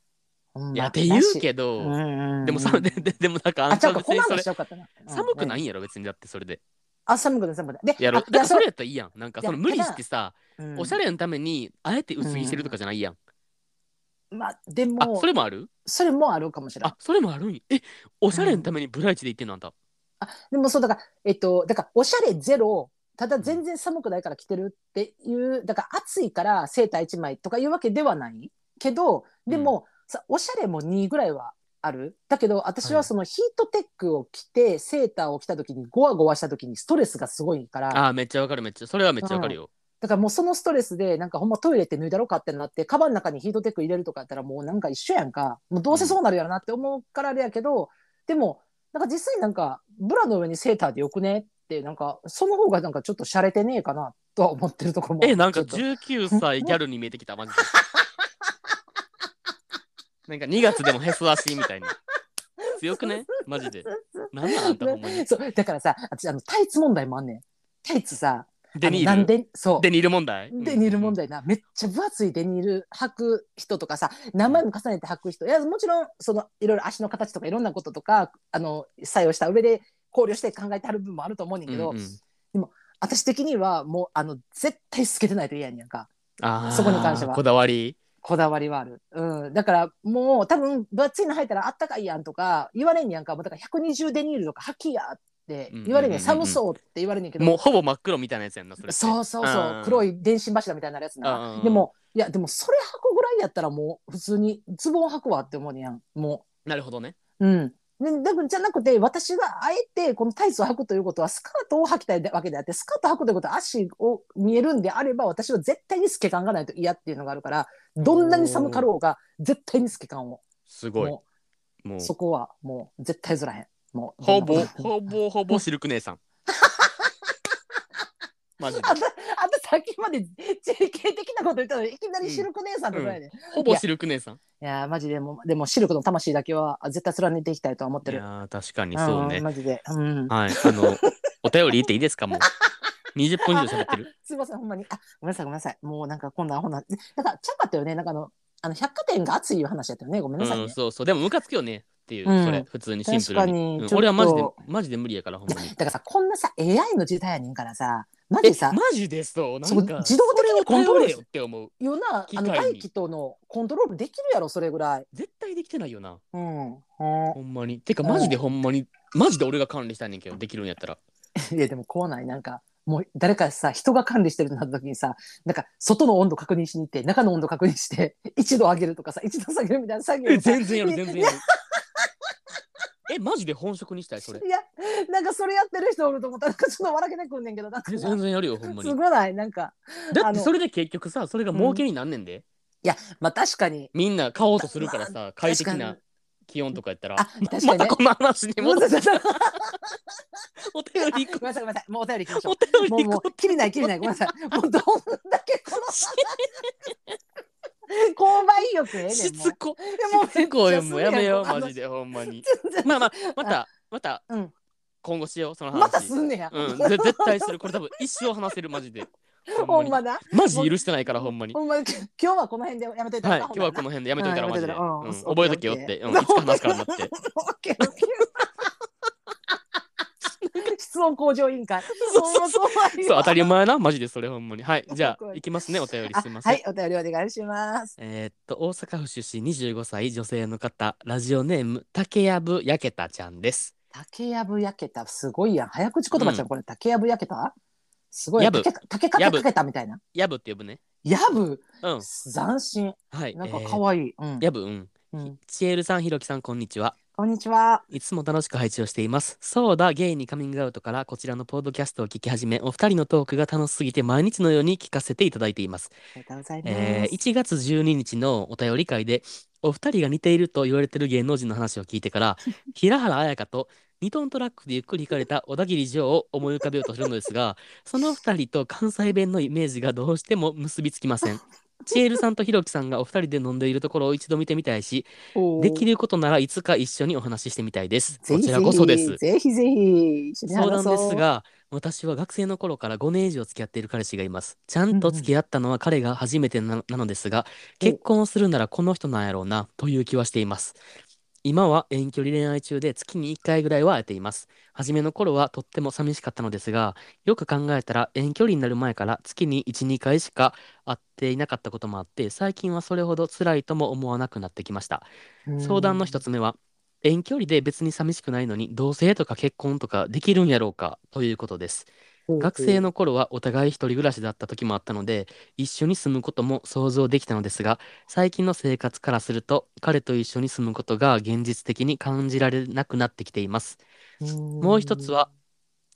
Speaker 1: ほんま
Speaker 2: いや、って言うけ
Speaker 1: らしいうん
Speaker 2: ど、
Speaker 1: うんうん
Speaker 2: でもさ、でででもなんか、あ
Speaker 1: あ、
Speaker 2: ん
Speaker 1: ち
Speaker 2: た
Speaker 1: ゃう
Speaker 2: は
Speaker 1: か、
Speaker 2: 別
Speaker 1: こん
Speaker 2: に
Speaker 1: な
Speaker 2: それ
Speaker 1: 話し、よかったな。うん
Speaker 2: 寒くない
Speaker 1: 何
Speaker 2: んやろ、別にだってそれで。
Speaker 1: あ、寒くない、寒くない。で、
Speaker 2: やろ、
Speaker 1: あ
Speaker 2: だ
Speaker 1: い
Speaker 2: から
Speaker 1: や、
Speaker 2: そ
Speaker 1: そ
Speaker 2: れ
Speaker 1: れ、
Speaker 2: やったらいいやん。なんか、
Speaker 1: いや
Speaker 2: その無理してさ、
Speaker 1: うん
Speaker 2: おしゃれのために、あえて薄着してるとかじゃないやん。
Speaker 1: まあ、で
Speaker 2: あ、
Speaker 1: も
Speaker 2: そ、れもある
Speaker 1: それもあるかもしれない
Speaker 2: あ。、それもあるんやえ、おしゃれのためにブライチで行ってんのあんた。
Speaker 1: でもそうだから、えっと、だからおしゃれゼロ、ただ全然寒くないから着てるっていう、だから暑いからセーター1枚とかいうわけではないけど、でも、さおしゃれも2ぐらいはある。だけど、私はそのヒートテックを着て、セーターを着た時にゴワゴワした時にストレスがすごいから、
Speaker 2: あー、めっちゃわかる、めっちゃ。それはめっちゃわかるよ。
Speaker 1: だからもうそのストレスで、なんかほんまトイレって脱いだろうかってなって、カバンの中にヒートテック入れるとかやったらもうなんか一緒やんか。もうどうせそうなるやろなって思うからあれやけど、でも、なんか実際なんかブラの上にセーターでよくねって、なんかその方がなんかちょっと洒落てねえかなとは思ってるとこも。
Speaker 2: え、なんか
Speaker 1: ちょっと
Speaker 2: 19歳ギャルに見えてきた、マジで。 なんか2月でもへそ足みたいな。強くねマジで。なんなんあんたほんまに。
Speaker 1: そう、だからさ、私あのタイツ問題もあんねん。タイツさ、
Speaker 2: デニ
Speaker 1: あのな
Speaker 2: ー
Speaker 1: ん
Speaker 2: ル。
Speaker 1: で、そう。
Speaker 2: デニール問題
Speaker 1: デニール問
Speaker 2: 題。
Speaker 1: 題な、めっちゃ分厚いデニール履く人とかさ何枚も重ねて履く人いやもちろんそのいろいろ足の形とかいろんなこととかあの作用した上で考慮して考えてある部分もあると思うねんけど、
Speaker 2: うんうん
Speaker 1: 私的にはもうあの絶対透けてないと嫌やねんか
Speaker 2: あー
Speaker 1: そこに関しては
Speaker 2: こだわり。
Speaker 1: こだわりはある、うん、だからもう多分分厚いの履いたらあったかいやんとか言われんねやんかもうだから120デニールとか履きやって言われんねん,、
Speaker 2: うんうんうんうん
Speaker 1: 寒そうって言われんねんけど
Speaker 2: もうほぼ真っ黒みたいなやつやんな、それって。
Speaker 1: そうそうそ
Speaker 2: ん
Speaker 1: う黒い電信柱みたいなやつ
Speaker 2: うんうんう
Speaker 1: なんでもいやでもそれ履くぐらいやったらもう普通にズボン履くわって思うねやんも
Speaker 2: なるほどね。
Speaker 1: ううんでだからじゃなくて私があえてこのタイツを履くということはスカートを履きたいわけであってスカートを履くということは足を見えるんであれば私は絶対に透け感がないと嫌っていうのがあるからどんなに寒かろうが絶対に透け感を
Speaker 2: すごい。
Speaker 1: も
Speaker 2: もう
Speaker 1: う、そこはもう絶対ずらへんもう
Speaker 2: ほぼ、
Speaker 1: どんな
Speaker 2: ほぼほぼシルク姉 さん。マジで
Speaker 1: あ。んたあんたさっきまで JK 的なこと言ったのにいきなりシルク姉さんとかやね、
Speaker 2: ほぼシルク姉さん。
Speaker 1: いやーマジでもうでもシルクの魂だけはあ絶対貫いていきたいとは思って
Speaker 2: い
Speaker 1: る。
Speaker 2: やー、確かにそうね
Speaker 1: ん。マジで。うん。
Speaker 2: はい、あの、お便り言っていいですか、もう。20分以上喋ってる。
Speaker 1: すいませんほんまに。あごめんなさいごめんなさい。もうなんかこんなほんな。なんかちゃうかったよね。なんかあのあの百貨店が熱いいう話やったよ ね。ごめんなさい
Speaker 2: うん、
Speaker 1: ね。
Speaker 2: そうそう、でもムカつくよねっていう、
Speaker 1: うん
Speaker 2: それ、普通にシンプ
Speaker 1: 確
Speaker 2: ル
Speaker 1: か
Speaker 2: に。
Speaker 1: に
Speaker 2: うん
Speaker 1: ちょっと
Speaker 2: 俺はマジで、マジで無理やから、ほんまに。
Speaker 1: だからさこんなさ AI の時代やねんからさマ
Speaker 2: え
Speaker 1: ジさ
Speaker 2: マジでそう、な
Speaker 1: そうん
Speaker 2: か。
Speaker 1: 自動的にコントロール
Speaker 2: 頼れ
Speaker 1: す
Speaker 2: よって思う。
Speaker 1: るような
Speaker 2: 機
Speaker 1: あ
Speaker 2: 械に
Speaker 1: の大気とのコントロールできるやろそれぐらい。
Speaker 2: 絶対できてないよな、
Speaker 1: うん。うん
Speaker 2: ほんまに。てか、マジでほんまに、マジで俺が管理したいねんけど、できるんやったら。
Speaker 1: いやでもこうないなんかもう誰かさ人が管理してるってなった時にさなんか外の温度確認しに行って中の温度確認して1度上 げるとかさ1度下げるみたいな作業
Speaker 2: え、
Speaker 1: をさ
Speaker 2: 全然 やる、全然やる。え、マジで本職にした い、それ。
Speaker 1: いやなんかそれやってる人おると思ったらなんかちょっと笑けてくんねんけどなんか
Speaker 2: え
Speaker 1: さ
Speaker 2: 全然やるよ、ほんますに。
Speaker 1: ごないなんか
Speaker 2: だ
Speaker 1: あ
Speaker 2: って、
Speaker 1: の
Speaker 2: それで結局さ、それが儲けになんねんで。
Speaker 1: まあ確かに
Speaker 2: みんな買おうとするからさ、快適
Speaker 1: 確か
Speaker 2: な
Speaker 1: に
Speaker 2: 気温とかやったら。
Speaker 1: あ確かにね
Speaker 2: またこの話に戻
Speaker 1: ごめん
Speaker 2: る
Speaker 1: なさい
Speaker 2: お便り行
Speaker 1: ごめんな
Speaker 2: こ
Speaker 1: さいごめんなさいもうお便り行きまし
Speaker 2: う。
Speaker 1: ょ
Speaker 2: お
Speaker 1: う
Speaker 2: 便り
Speaker 1: もうも
Speaker 2: 行こ
Speaker 1: う切りない切りないごめんなさいもうどんだけこ の購買意欲ええねん
Speaker 2: う。
Speaker 1: もう
Speaker 2: しつこ。
Speaker 1: いやもう
Speaker 2: しつこいもうやめよう、
Speaker 1: あの
Speaker 2: マジで、ほ んまに。
Speaker 1: 全然
Speaker 2: まあまあ、また、また
Speaker 1: うん、
Speaker 2: 今後しよう、その話。
Speaker 1: またすんねや、
Speaker 2: うん、ぜ絶対する。これ多分一生話せる、マジで。ほ
Speaker 1: ほ
Speaker 2: ん
Speaker 1: ん
Speaker 2: ま
Speaker 1: ま
Speaker 2: に
Speaker 1: な。
Speaker 2: マジ許してないからほんまに。
Speaker 1: ほんま、今日はこの辺でやめといた
Speaker 2: は
Speaker 1: ら
Speaker 2: い、
Speaker 1: な
Speaker 2: 今日はこの辺でやめといたら
Speaker 1: うん
Speaker 2: マジ
Speaker 1: やめとい
Speaker 2: で。う
Speaker 1: たらうんオッ
Speaker 2: ん
Speaker 1: ケー
Speaker 2: 覚えとけよって。
Speaker 1: オ
Speaker 2: うん、
Speaker 1: ッケー
Speaker 2: いつか話すから なって。
Speaker 1: ほんま OK OK 質問向上委員会。
Speaker 2: そうそう
Speaker 1: そう
Speaker 2: そう、当たり前な、マジでそれほんまに。はい、じゃ
Speaker 1: 怖
Speaker 2: あ、
Speaker 1: い
Speaker 2: いきますね、お便り
Speaker 1: あ
Speaker 2: すいません。
Speaker 1: はい、お便りお願いします。
Speaker 2: えーっと、大阪府出身25歳女性の方、ラジオネーム、竹やぶやけたちゃんです。
Speaker 1: 竹やぶ焼けた、すごいやん。早口言葉じゃん、これ。竹やぶ焼けたすごい。
Speaker 2: やぶ
Speaker 1: 竹か竹かけ
Speaker 2: やぶ
Speaker 1: かけたみたいな。
Speaker 2: やぶって呼ぶね。
Speaker 1: やぶ
Speaker 2: うん。
Speaker 1: 斬新。
Speaker 2: はい。
Speaker 1: なんか
Speaker 2: えー
Speaker 1: 可愛い。うん
Speaker 2: やぶ、うん。
Speaker 1: うん
Speaker 2: ちえるさん、ひろきさん、こんにちは。
Speaker 1: こんにちは。
Speaker 2: いつも楽しく配置をしています。そうだ、ゲイにカミングアウトからこちらのポッドキャストを聞き始め、お二人のトークが楽しすぎて毎日のように聞かせていただいています。
Speaker 1: ありがとうございます。
Speaker 2: えー1月12日のお便り会でお二人が似ていると言われている芸能人の話を聞いてから 平原綾香と2トントラックでゆっくり行かれた小田切城を思い浮かべようとするのですがその二人と関西弁のイメージがどうしても結びつきません。チエルさんとひろきさんがお二人で飲んでいるところを一度見てみたいし
Speaker 1: おー
Speaker 2: できることならいつか一緒にお話ししてみたいです。
Speaker 1: ぜ
Speaker 2: こ
Speaker 1: ひ
Speaker 2: ち
Speaker 1: ぜ
Speaker 2: ら
Speaker 1: ひ
Speaker 2: こそです。
Speaker 1: ぜひぜひ。一緒に話
Speaker 2: 相談
Speaker 1: そう
Speaker 2: です。が私は学生の頃から5年以上付き合っている彼氏がいますちゃんと付き合ったのは彼が初めてななのですが
Speaker 1: うん
Speaker 2: 結婚をするならこの人なんやろうなという気はしています今は遠距離恋愛中で月に1回ぐらいは会えています初めの頃はとっても寂しかったのですがよく考えたら遠距離になる前から月に12回しか会っていなかったこともあって最近はそれほど辛いとも思わなくなってきました
Speaker 1: うん
Speaker 2: 相談の一。つ目は遠距離で別に寂しくないのに同性とか結婚とかできるんやろうかということです
Speaker 1: ほうほう
Speaker 2: 学生の頃はお互い一人暮らしだった時もあったので一緒に住むことも想像できたのですが最近の生活からすると彼と一緒に住むことが現実的に感じられなくなってきていますもう一つは。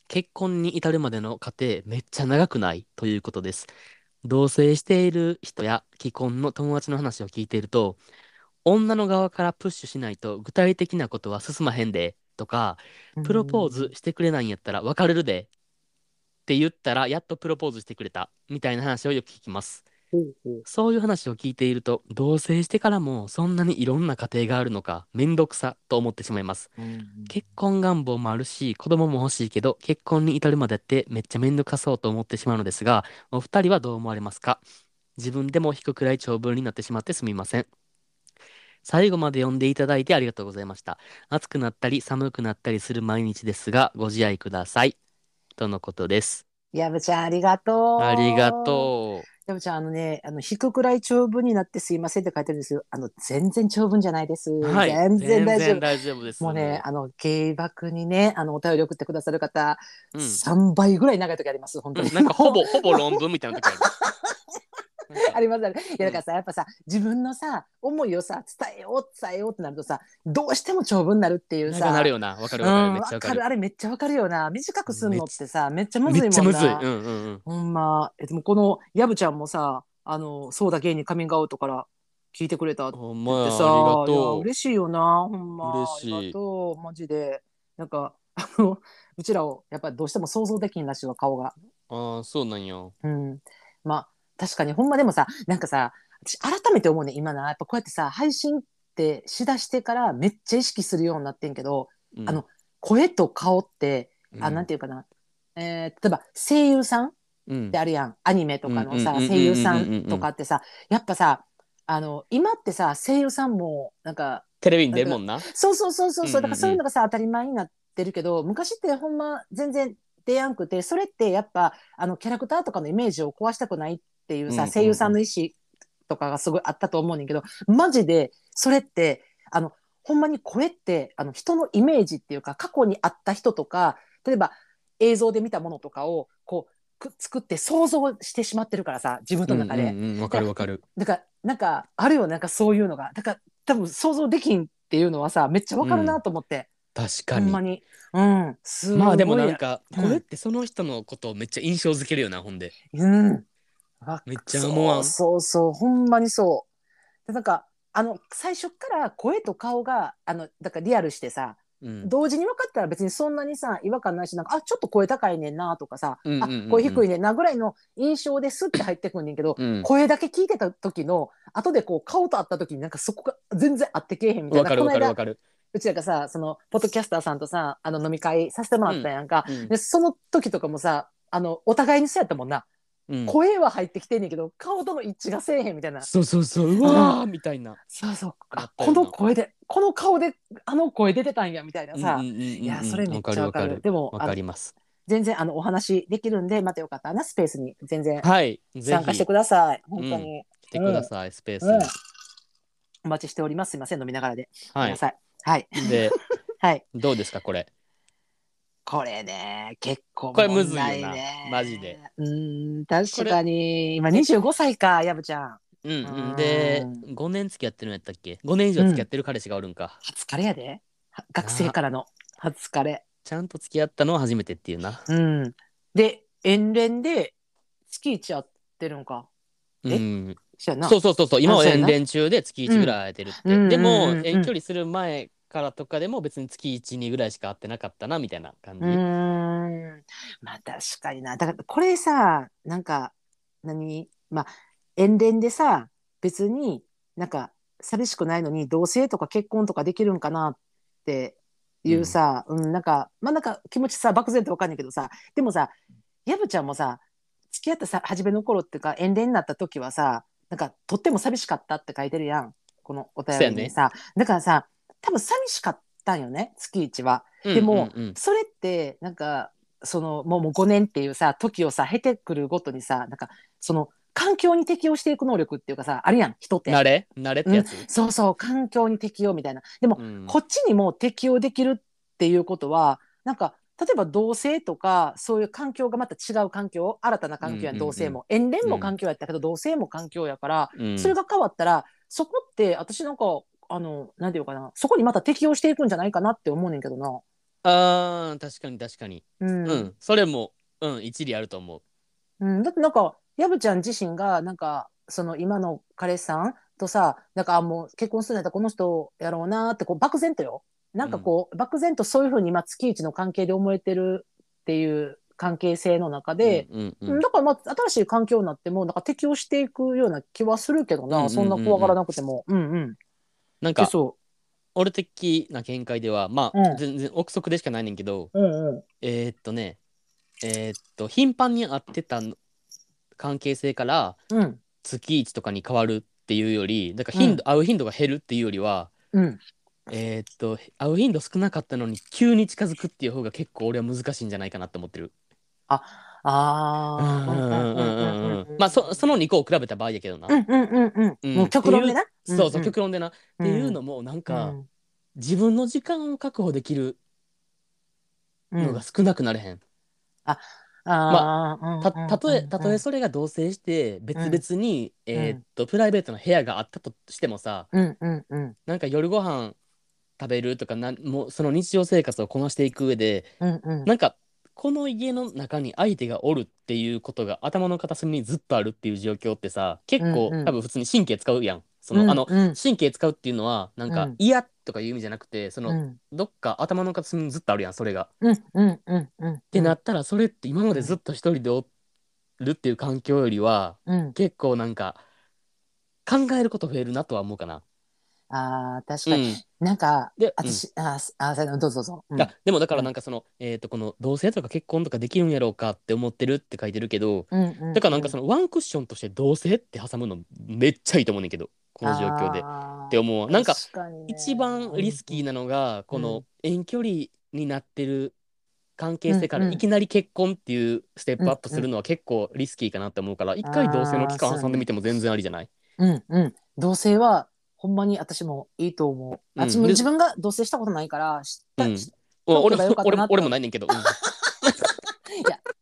Speaker 2: 結婚に至るまでの過程めっちゃ長くないということです同棲している人や既婚の友達の話を聞いていると女の側からプッシュしないと具体的なことは進まへんでとか
Speaker 1: うん
Speaker 2: プロポーズ。してくれないんやったら別れるでって言ったらやっとプロポーズしてくれたみたいな話をよく聞きます
Speaker 1: ほうほう
Speaker 2: そういう話を聞いていると同棲してからもそんなにいろんな家庭があるのかめんどくさと思ってしまいます
Speaker 1: うん
Speaker 2: 結婚願望もあるし子供も欲しいけど結婚に至るまでってめっちゃ面倒くさそうと思ってしまうのですがお二人はどう思われますか自分でも低くらい長文になってしまってすみません最後まで読んでいただいてありがとうございました暑くなったり寒くなったりする毎日ですがご自愛くださいとのことです
Speaker 1: やぶちゃん、ありがとう。
Speaker 2: ありがとう
Speaker 1: やぶちゃん、あのね、あの、引くくらい長文になってすいませんって書いてるんですよ。あの、全然長文じゃないです。
Speaker 2: はい
Speaker 1: 全然大丈
Speaker 2: 全
Speaker 1: 夫。
Speaker 2: です
Speaker 1: もうね、あの、芸爆にね、あの、お便り送ってくださる方、
Speaker 2: うん
Speaker 1: 3倍ぐらい長い時あります、本当
Speaker 2: う
Speaker 1: に。
Speaker 2: んなんかほぼほぼ論文みたいなとこあるなんか
Speaker 1: ありますありますいやだからさ、やっぱさ自分のさ思いをさ伝えよう伝えようってなるとさどうしても長文になるっていう
Speaker 2: な
Speaker 1: さ
Speaker 2: んかなるよなわか
Speaker 1: う
Speaker 2: る
Speaker 1: ん
Speaker 2: わかるめっ
Speaker 1: わ
Speaker 2: ちゃわ
Speaker 1: か
Speaker 2: かる
Speaker 1: るあれめっちゃわかるよな短くすんのってさめっちゃむずいも
Speaker 2: めっ
Speaker 1: ん
Speaker 2: ちゃ
Speaker 1: な
Speaker 2: むずい。うんうんうん。
Speaker 1: ほんまえでもこのやぶちゃんもさあのそうだ芸人カミングアウトから聞いてくれたって
Speaker 2: ほ
Speaker 1: 言
Speaker 2: んま
Speaker 1: って
Speaker 2: や、あり
Speaker 1: さ、
Speaker 2: が
Speaker 1: いや
Speaker 2: とう。
Speaker 1: 嬉しいよなほんま
Speaker 2: 嬉しい
Speaker 1: ありがとうマジでなんかあのうちらをやっぱどうしても想像できんらしいわ顔が
Speaker 2: ああ、そうなんや。
Speaker 1: うん、まあ確かにほんまでもさなんかさ私改めて思うね今なやっぱこうやってさ配信ってしだしてからめっちゃ意識するようになってんけどあの声と顔って、あなん
Speaker 2: て、
Speaker 1: ていうかな、えー例えば声優さんっ
Speaker 2: うん
Speaker 1: てあるやんアニメとかのさ
Speaker 2: うんうんうんうんうんうんうん
Speaker 1: 声優さんとかってさやっぱさあの今ってさ声優さんもなんか
Speaker 2: テレビに出るもんな。
Speaker 1: そうそうそうそうそう
Speaker 2: うんうんう
Speaker 1: だ
Speaker 2: ん
Speaker 1: からそういうのがさ当たり前になってるけど昔ってほんま全然出やんくてそれってやっぱあのキャラクターとかのイメージを壊したくないっていうさ、
Speaker 2: うんうんうん
Speaker 1: 声優さんの意思とかがすごいあったと思うねんけどマジでそれってあのほんまに声ってあの人のイメージっていうか過去にあった人とか例えば映像で見たものとかをこうく作って想像してしまってるからさ自分の中で。
Speaker 2: うんうんうんわかるわかる。
Speaker 1: だからなんかあるよなんかそういうのがだから多分想像できんっていうのはさめっちゃわかるなと思って、
Speaker 2: 確か
Speaker 1: ほん
Speaker 2: に
Speaker 1: ま。にうんすごい
Speaker 2: まあでもなんか、
Speaker 1: うん
Speaker 2: これってその人のことをめっちゃ印象づけるよな、ほんで。
Speaker 1: うんわ
Speaker 2: めっちゃ思わん
Speaker 1: そうそうそうほんまにそうでなんかあの最初から声と顔があのだからリアルしてさ
Speaker 2: うん。
Speaker 1: 同時に分かったら別にそんなにさ違和感ないしなんかあちょっと声高いねんなとかさ、
Speaker 2: うんうんうんうん
Speaker 1: あ声低いねんなぐらいの印象ですって入ってくんねんけど、
Speaker 2: うん
Speaker 1: 声だけ聞いてた時の後でこう顔と会った時になんかそこが全然合ってけえへんみたいな
Speaker 2: わかるわか
Speaker 1: この
Speaker 2: る
Speaker 1: 間
Speaker 2: わかる。
Speaker 1: うちらがさそのポッドキャスターさんとさあの飲み会させてもらったやんか、
Speaker 2: うん
Speaker 1: でその時とかもさあのお互いにそうやったもんな
Speaker 2: うん
Speaker 1: 声は入ってきてんねんけど顔との一致がせえへんみたいな
Speaker 2: そうそうそう、うわーみたいな。
Speaker 1: そうそう
Speaker 2: や
Speaker 1: あ
Speaker 2: ったよ
Speaker 1: こ
Speaker 2: な
Speaker 1: の声でこの顔であの声出てたんやみたいなさ、
Speaker 2: い
Speaker 1: いやそれめっちゃわかるでも
Speaker 2: わ
Speaker 1: あ
Speaker 2: か
Speaker 1: の
Speaker 2: ります。
Speaker 1: 全然あのお話できるんでまたよかったらなスペースに全然
Speaker 2: はい。ぜ
Speaker 1: 参加
Speaker 2: ひ
Speaker 1: して
Speaker 2: 来
Speaker 1: ください本
Speaker 2: ん
Speaker 1: 当に、
Speaker 2: てください、スペース
Speaker 1: うん
Speaker 2: に。
Speaker 1: お待ちしておりますすいません飲みながらで、
Speaker 2: は
Speaker 1: くだ
Speaker 2: い。
Speaker 1: さいはい
Speaker 2: で、
Speaker 1: はい
Speaker 2: どうですか、これ。
Speaker 1: これね結構
Speaker 2: これむずいよな
Speaker 1: 問題ね
Speaker 2: マジで
Speaker 1: うーん確かに今25歳かやぶちゃん
Speaker 2: うんうん。
Speaker 1: うん
Speaker 2: で、5年付き合ってるのやったっけ ?5 年以上付き合ってる彼氏がおるんか。
Speaker 1: 初彼やでは学生からの初彼
Speaker 2: ちゃんと付き合ったのは初めてっていうな。
Speaker 1: うんで遠恋で月一やってるんか
Speaker 2: う
Speaker 1: え
Speaker 2: ん。
Speaker 1: そうやな
Speaker 2: そうそうそうそう。今は
Speaker 1: あそうや
Speaker 2: 遠
Speaker 1: な
Speaker 2: 恋中で月1ぐらい会えてるって。
Speaker 1: うん
Speaker 2: でも、
Speaker 1: うんうんうんうん
Speaker 2: 遠距離する前からとかでも別に月1、2ぐらいしか会ってなかったな、みたいな感
Speaker 1: う
Speaker 2: じ。
Speaker 1: ーんまあ確かになだからこれさなんか何まあ遠恋でさ別になんか寂しくないのに同棲とか結婚とかできるんかなっていうさ、うんなんかまあなんか気持ちさ漠然とわかんないけどさでもさやぶちゃんもさ付き合ったさ初めの頃っていうか遠恋になった時はさなんかとっても寂しかったって書いてるやんこのお便りにさ、だからさ多分寂しかったんよね月一は。
Speaker 2: うん
Speaker 1: でも
Speaker 2: うんうん
Speaker 1: それってなんかそのもうもう5年っていうさ時をさ経てくるごとにさなんかその環境に適応していく能力っていうかさあるやん人って
Speaker 2: 慣れ慣れってやつ。
Speaker 1: そうそう環境に適応みたいなでも、
Speaker 2: うん
Speaker 1: こっちにも適応できるっていうことはなんか例えば同性とかそういう環境がまた違う環境新たな環境や
Speaker 2: う
Speaker 1: ん
Speaker 2: んうんうん
Speaker 1: 同性も、遠恋も環境やったけど同性も環境やから、
Speaker 2: うん
Speaker 1: それが変わったらそこって私なんかあの何て言うかなそこにまた適応していくんじゃないかなって思うねんけどな。
Speaker 2: あー確かに確かに、うん
Speaker 1: うん
Speaker 2: それも、うん、一理あると思う
Speaker 1: うん、だってなんか、やぶちゃん自身が、なんか、その今の彼氏さんとさ、なんかあもう結婚するんやったらこの人やろうなーって、こう漠然とよ。なんかこう、漠然とそういうふうに今月一の関係で思えてるっていう関係性の中で、
Speaker 2: うんうん
Speaker 1: うんだからまあ新しい環境になっても、なんか適応していくような気はするけど
Speaker 2: うんうんうんう
Speaker 1: な、
Speaker 2: ん
Speaker 1: そんな怖がらなくても。うんうん。
Speaker 2: な
Speaker 1: で
Speaker 2: んか
Speaker 1: そ
Speaker 2: 俺的な見解ではまあ、
Speaker 1: うん
Speaker 2: 全然憶測でしかないねんけど
Speaker 1: う。うんうん。
Speaker 2: えー、っとねえー、っと頻繁に会ってたの関係性から
Speaker 1: うん。
Speaker 2: 月1とかに変わるっていうよりだから頻度、会う頻度が減るっていうよりは
Speaker 1: うん。
Speaker 2: えー、っと会う頻度少なかったのに急に近づくっていう方が結構俺は難しいんじゃないかなと思ってる
Speaker 1: ああ。
Speaker 2: まあそその2個を比べた場合やけどな、
Speaker 1: うんうんうん
Speaker 2: う
Speaker 1: うんん。もう極論でな。
Speaker 2: そうそ
Speaker 1: ん
Speaker 2: う、
Speaker 1: ん
Speaker 2: 極論でな、っていうのもなんか、
Speaker 1: うん
Speaker 2: 自分の時間を確保できる
Speaker 1: うん
Speaker 2: のが少なくなれへん、
Speaker 1: ま
Speaker 2: たたとえたとえそれが同棲して別々に、えーっとプライベートの部屋があったとしてもさ
Speaker 1: うんうんうん
Speaker 2: なんか夜ご飯食べるとかなんもうその日常生活をこなしていく上で
Speaker 1: うんうん
Speaker 2: なんかこの家の中に相手がおるっていうことが頭の片隅にずっとあるっていう状況ってさ結構、
Speaker 1: うんうん
Speaker 2: 多分普通に神経使うやんその、あの
Speaker 1: うん
Speaker 2: 神経使うっていうのはなん
Speaker 1: う
Speaker 2: か
Speaker 1: ん
Speaker 2: 嫌とかいう意味じゃなくてその、
Speaker 1: うん
Speaker 2: どっか頭の片隅にずっとあるやんそれが。っ
Speaker 1: うんうんうんうん
Speaker 2: てなったらそれって今までずっと一人でおるっていう環境よりは
Speaker 1: うん
Speaker 2: 結構なんか考えること増えるなとは思うかな。
Speaker 1: あー確
Speaker 2: う
Speaker 1: かに
Speaker 2: ん、
Speaker 1: なんか
Speaker 2: で、
Speaker 1: 私あーあーどうぞどうぞ
Speaker 2: う
Speaker 1: うんん
Speaker 2: あでもだからなんかその、えー、とこの同棲とか結婚とかできるんやろうかって思ってるって書いてるけど
Speaker 1: うんうん
Speaker 2: だからなんかそのワンクッションとして同棲って挟むのめっちゃいいと思うねんけどこの状況で。って思う。なんか一番リスキー
Speaker 1: な
Speaker 2: なのがこ
Speaker 1: う
Speaker 2: の
Speaker 1: ん
Speaker 2: 遠距離になってる関係性か
Speaker 1: う
Speaker 2: ら
Speaker 1: んうん
Speaker 2: いきなり結婚っていうステップアップするのは結構リスキーかなって思うから一回同棲の期
Speaker 1: あーそう
Speaker 2: 間
Speaker 1: ね
Speaker 2: 挟んでみても全然ありじゃない
Speaker 1: うんうん同性はほんまに私もいいと思う
Speaker 2: うん
Speaker 1: あ自分自分が同性したことないから知った
Speaker 2: うん
Speaker 1: 知っ
Speaker 2: お
Speaker 1: そ
Speaker 2: 俺
Speaker 1: うだよ
Speaker 2: も
Speaker 1: かった
Speaker 2: 俺
Speaker 1: な
Speaker 2: も
Speaker 1: って
Speaker 2: 俺もないねんけど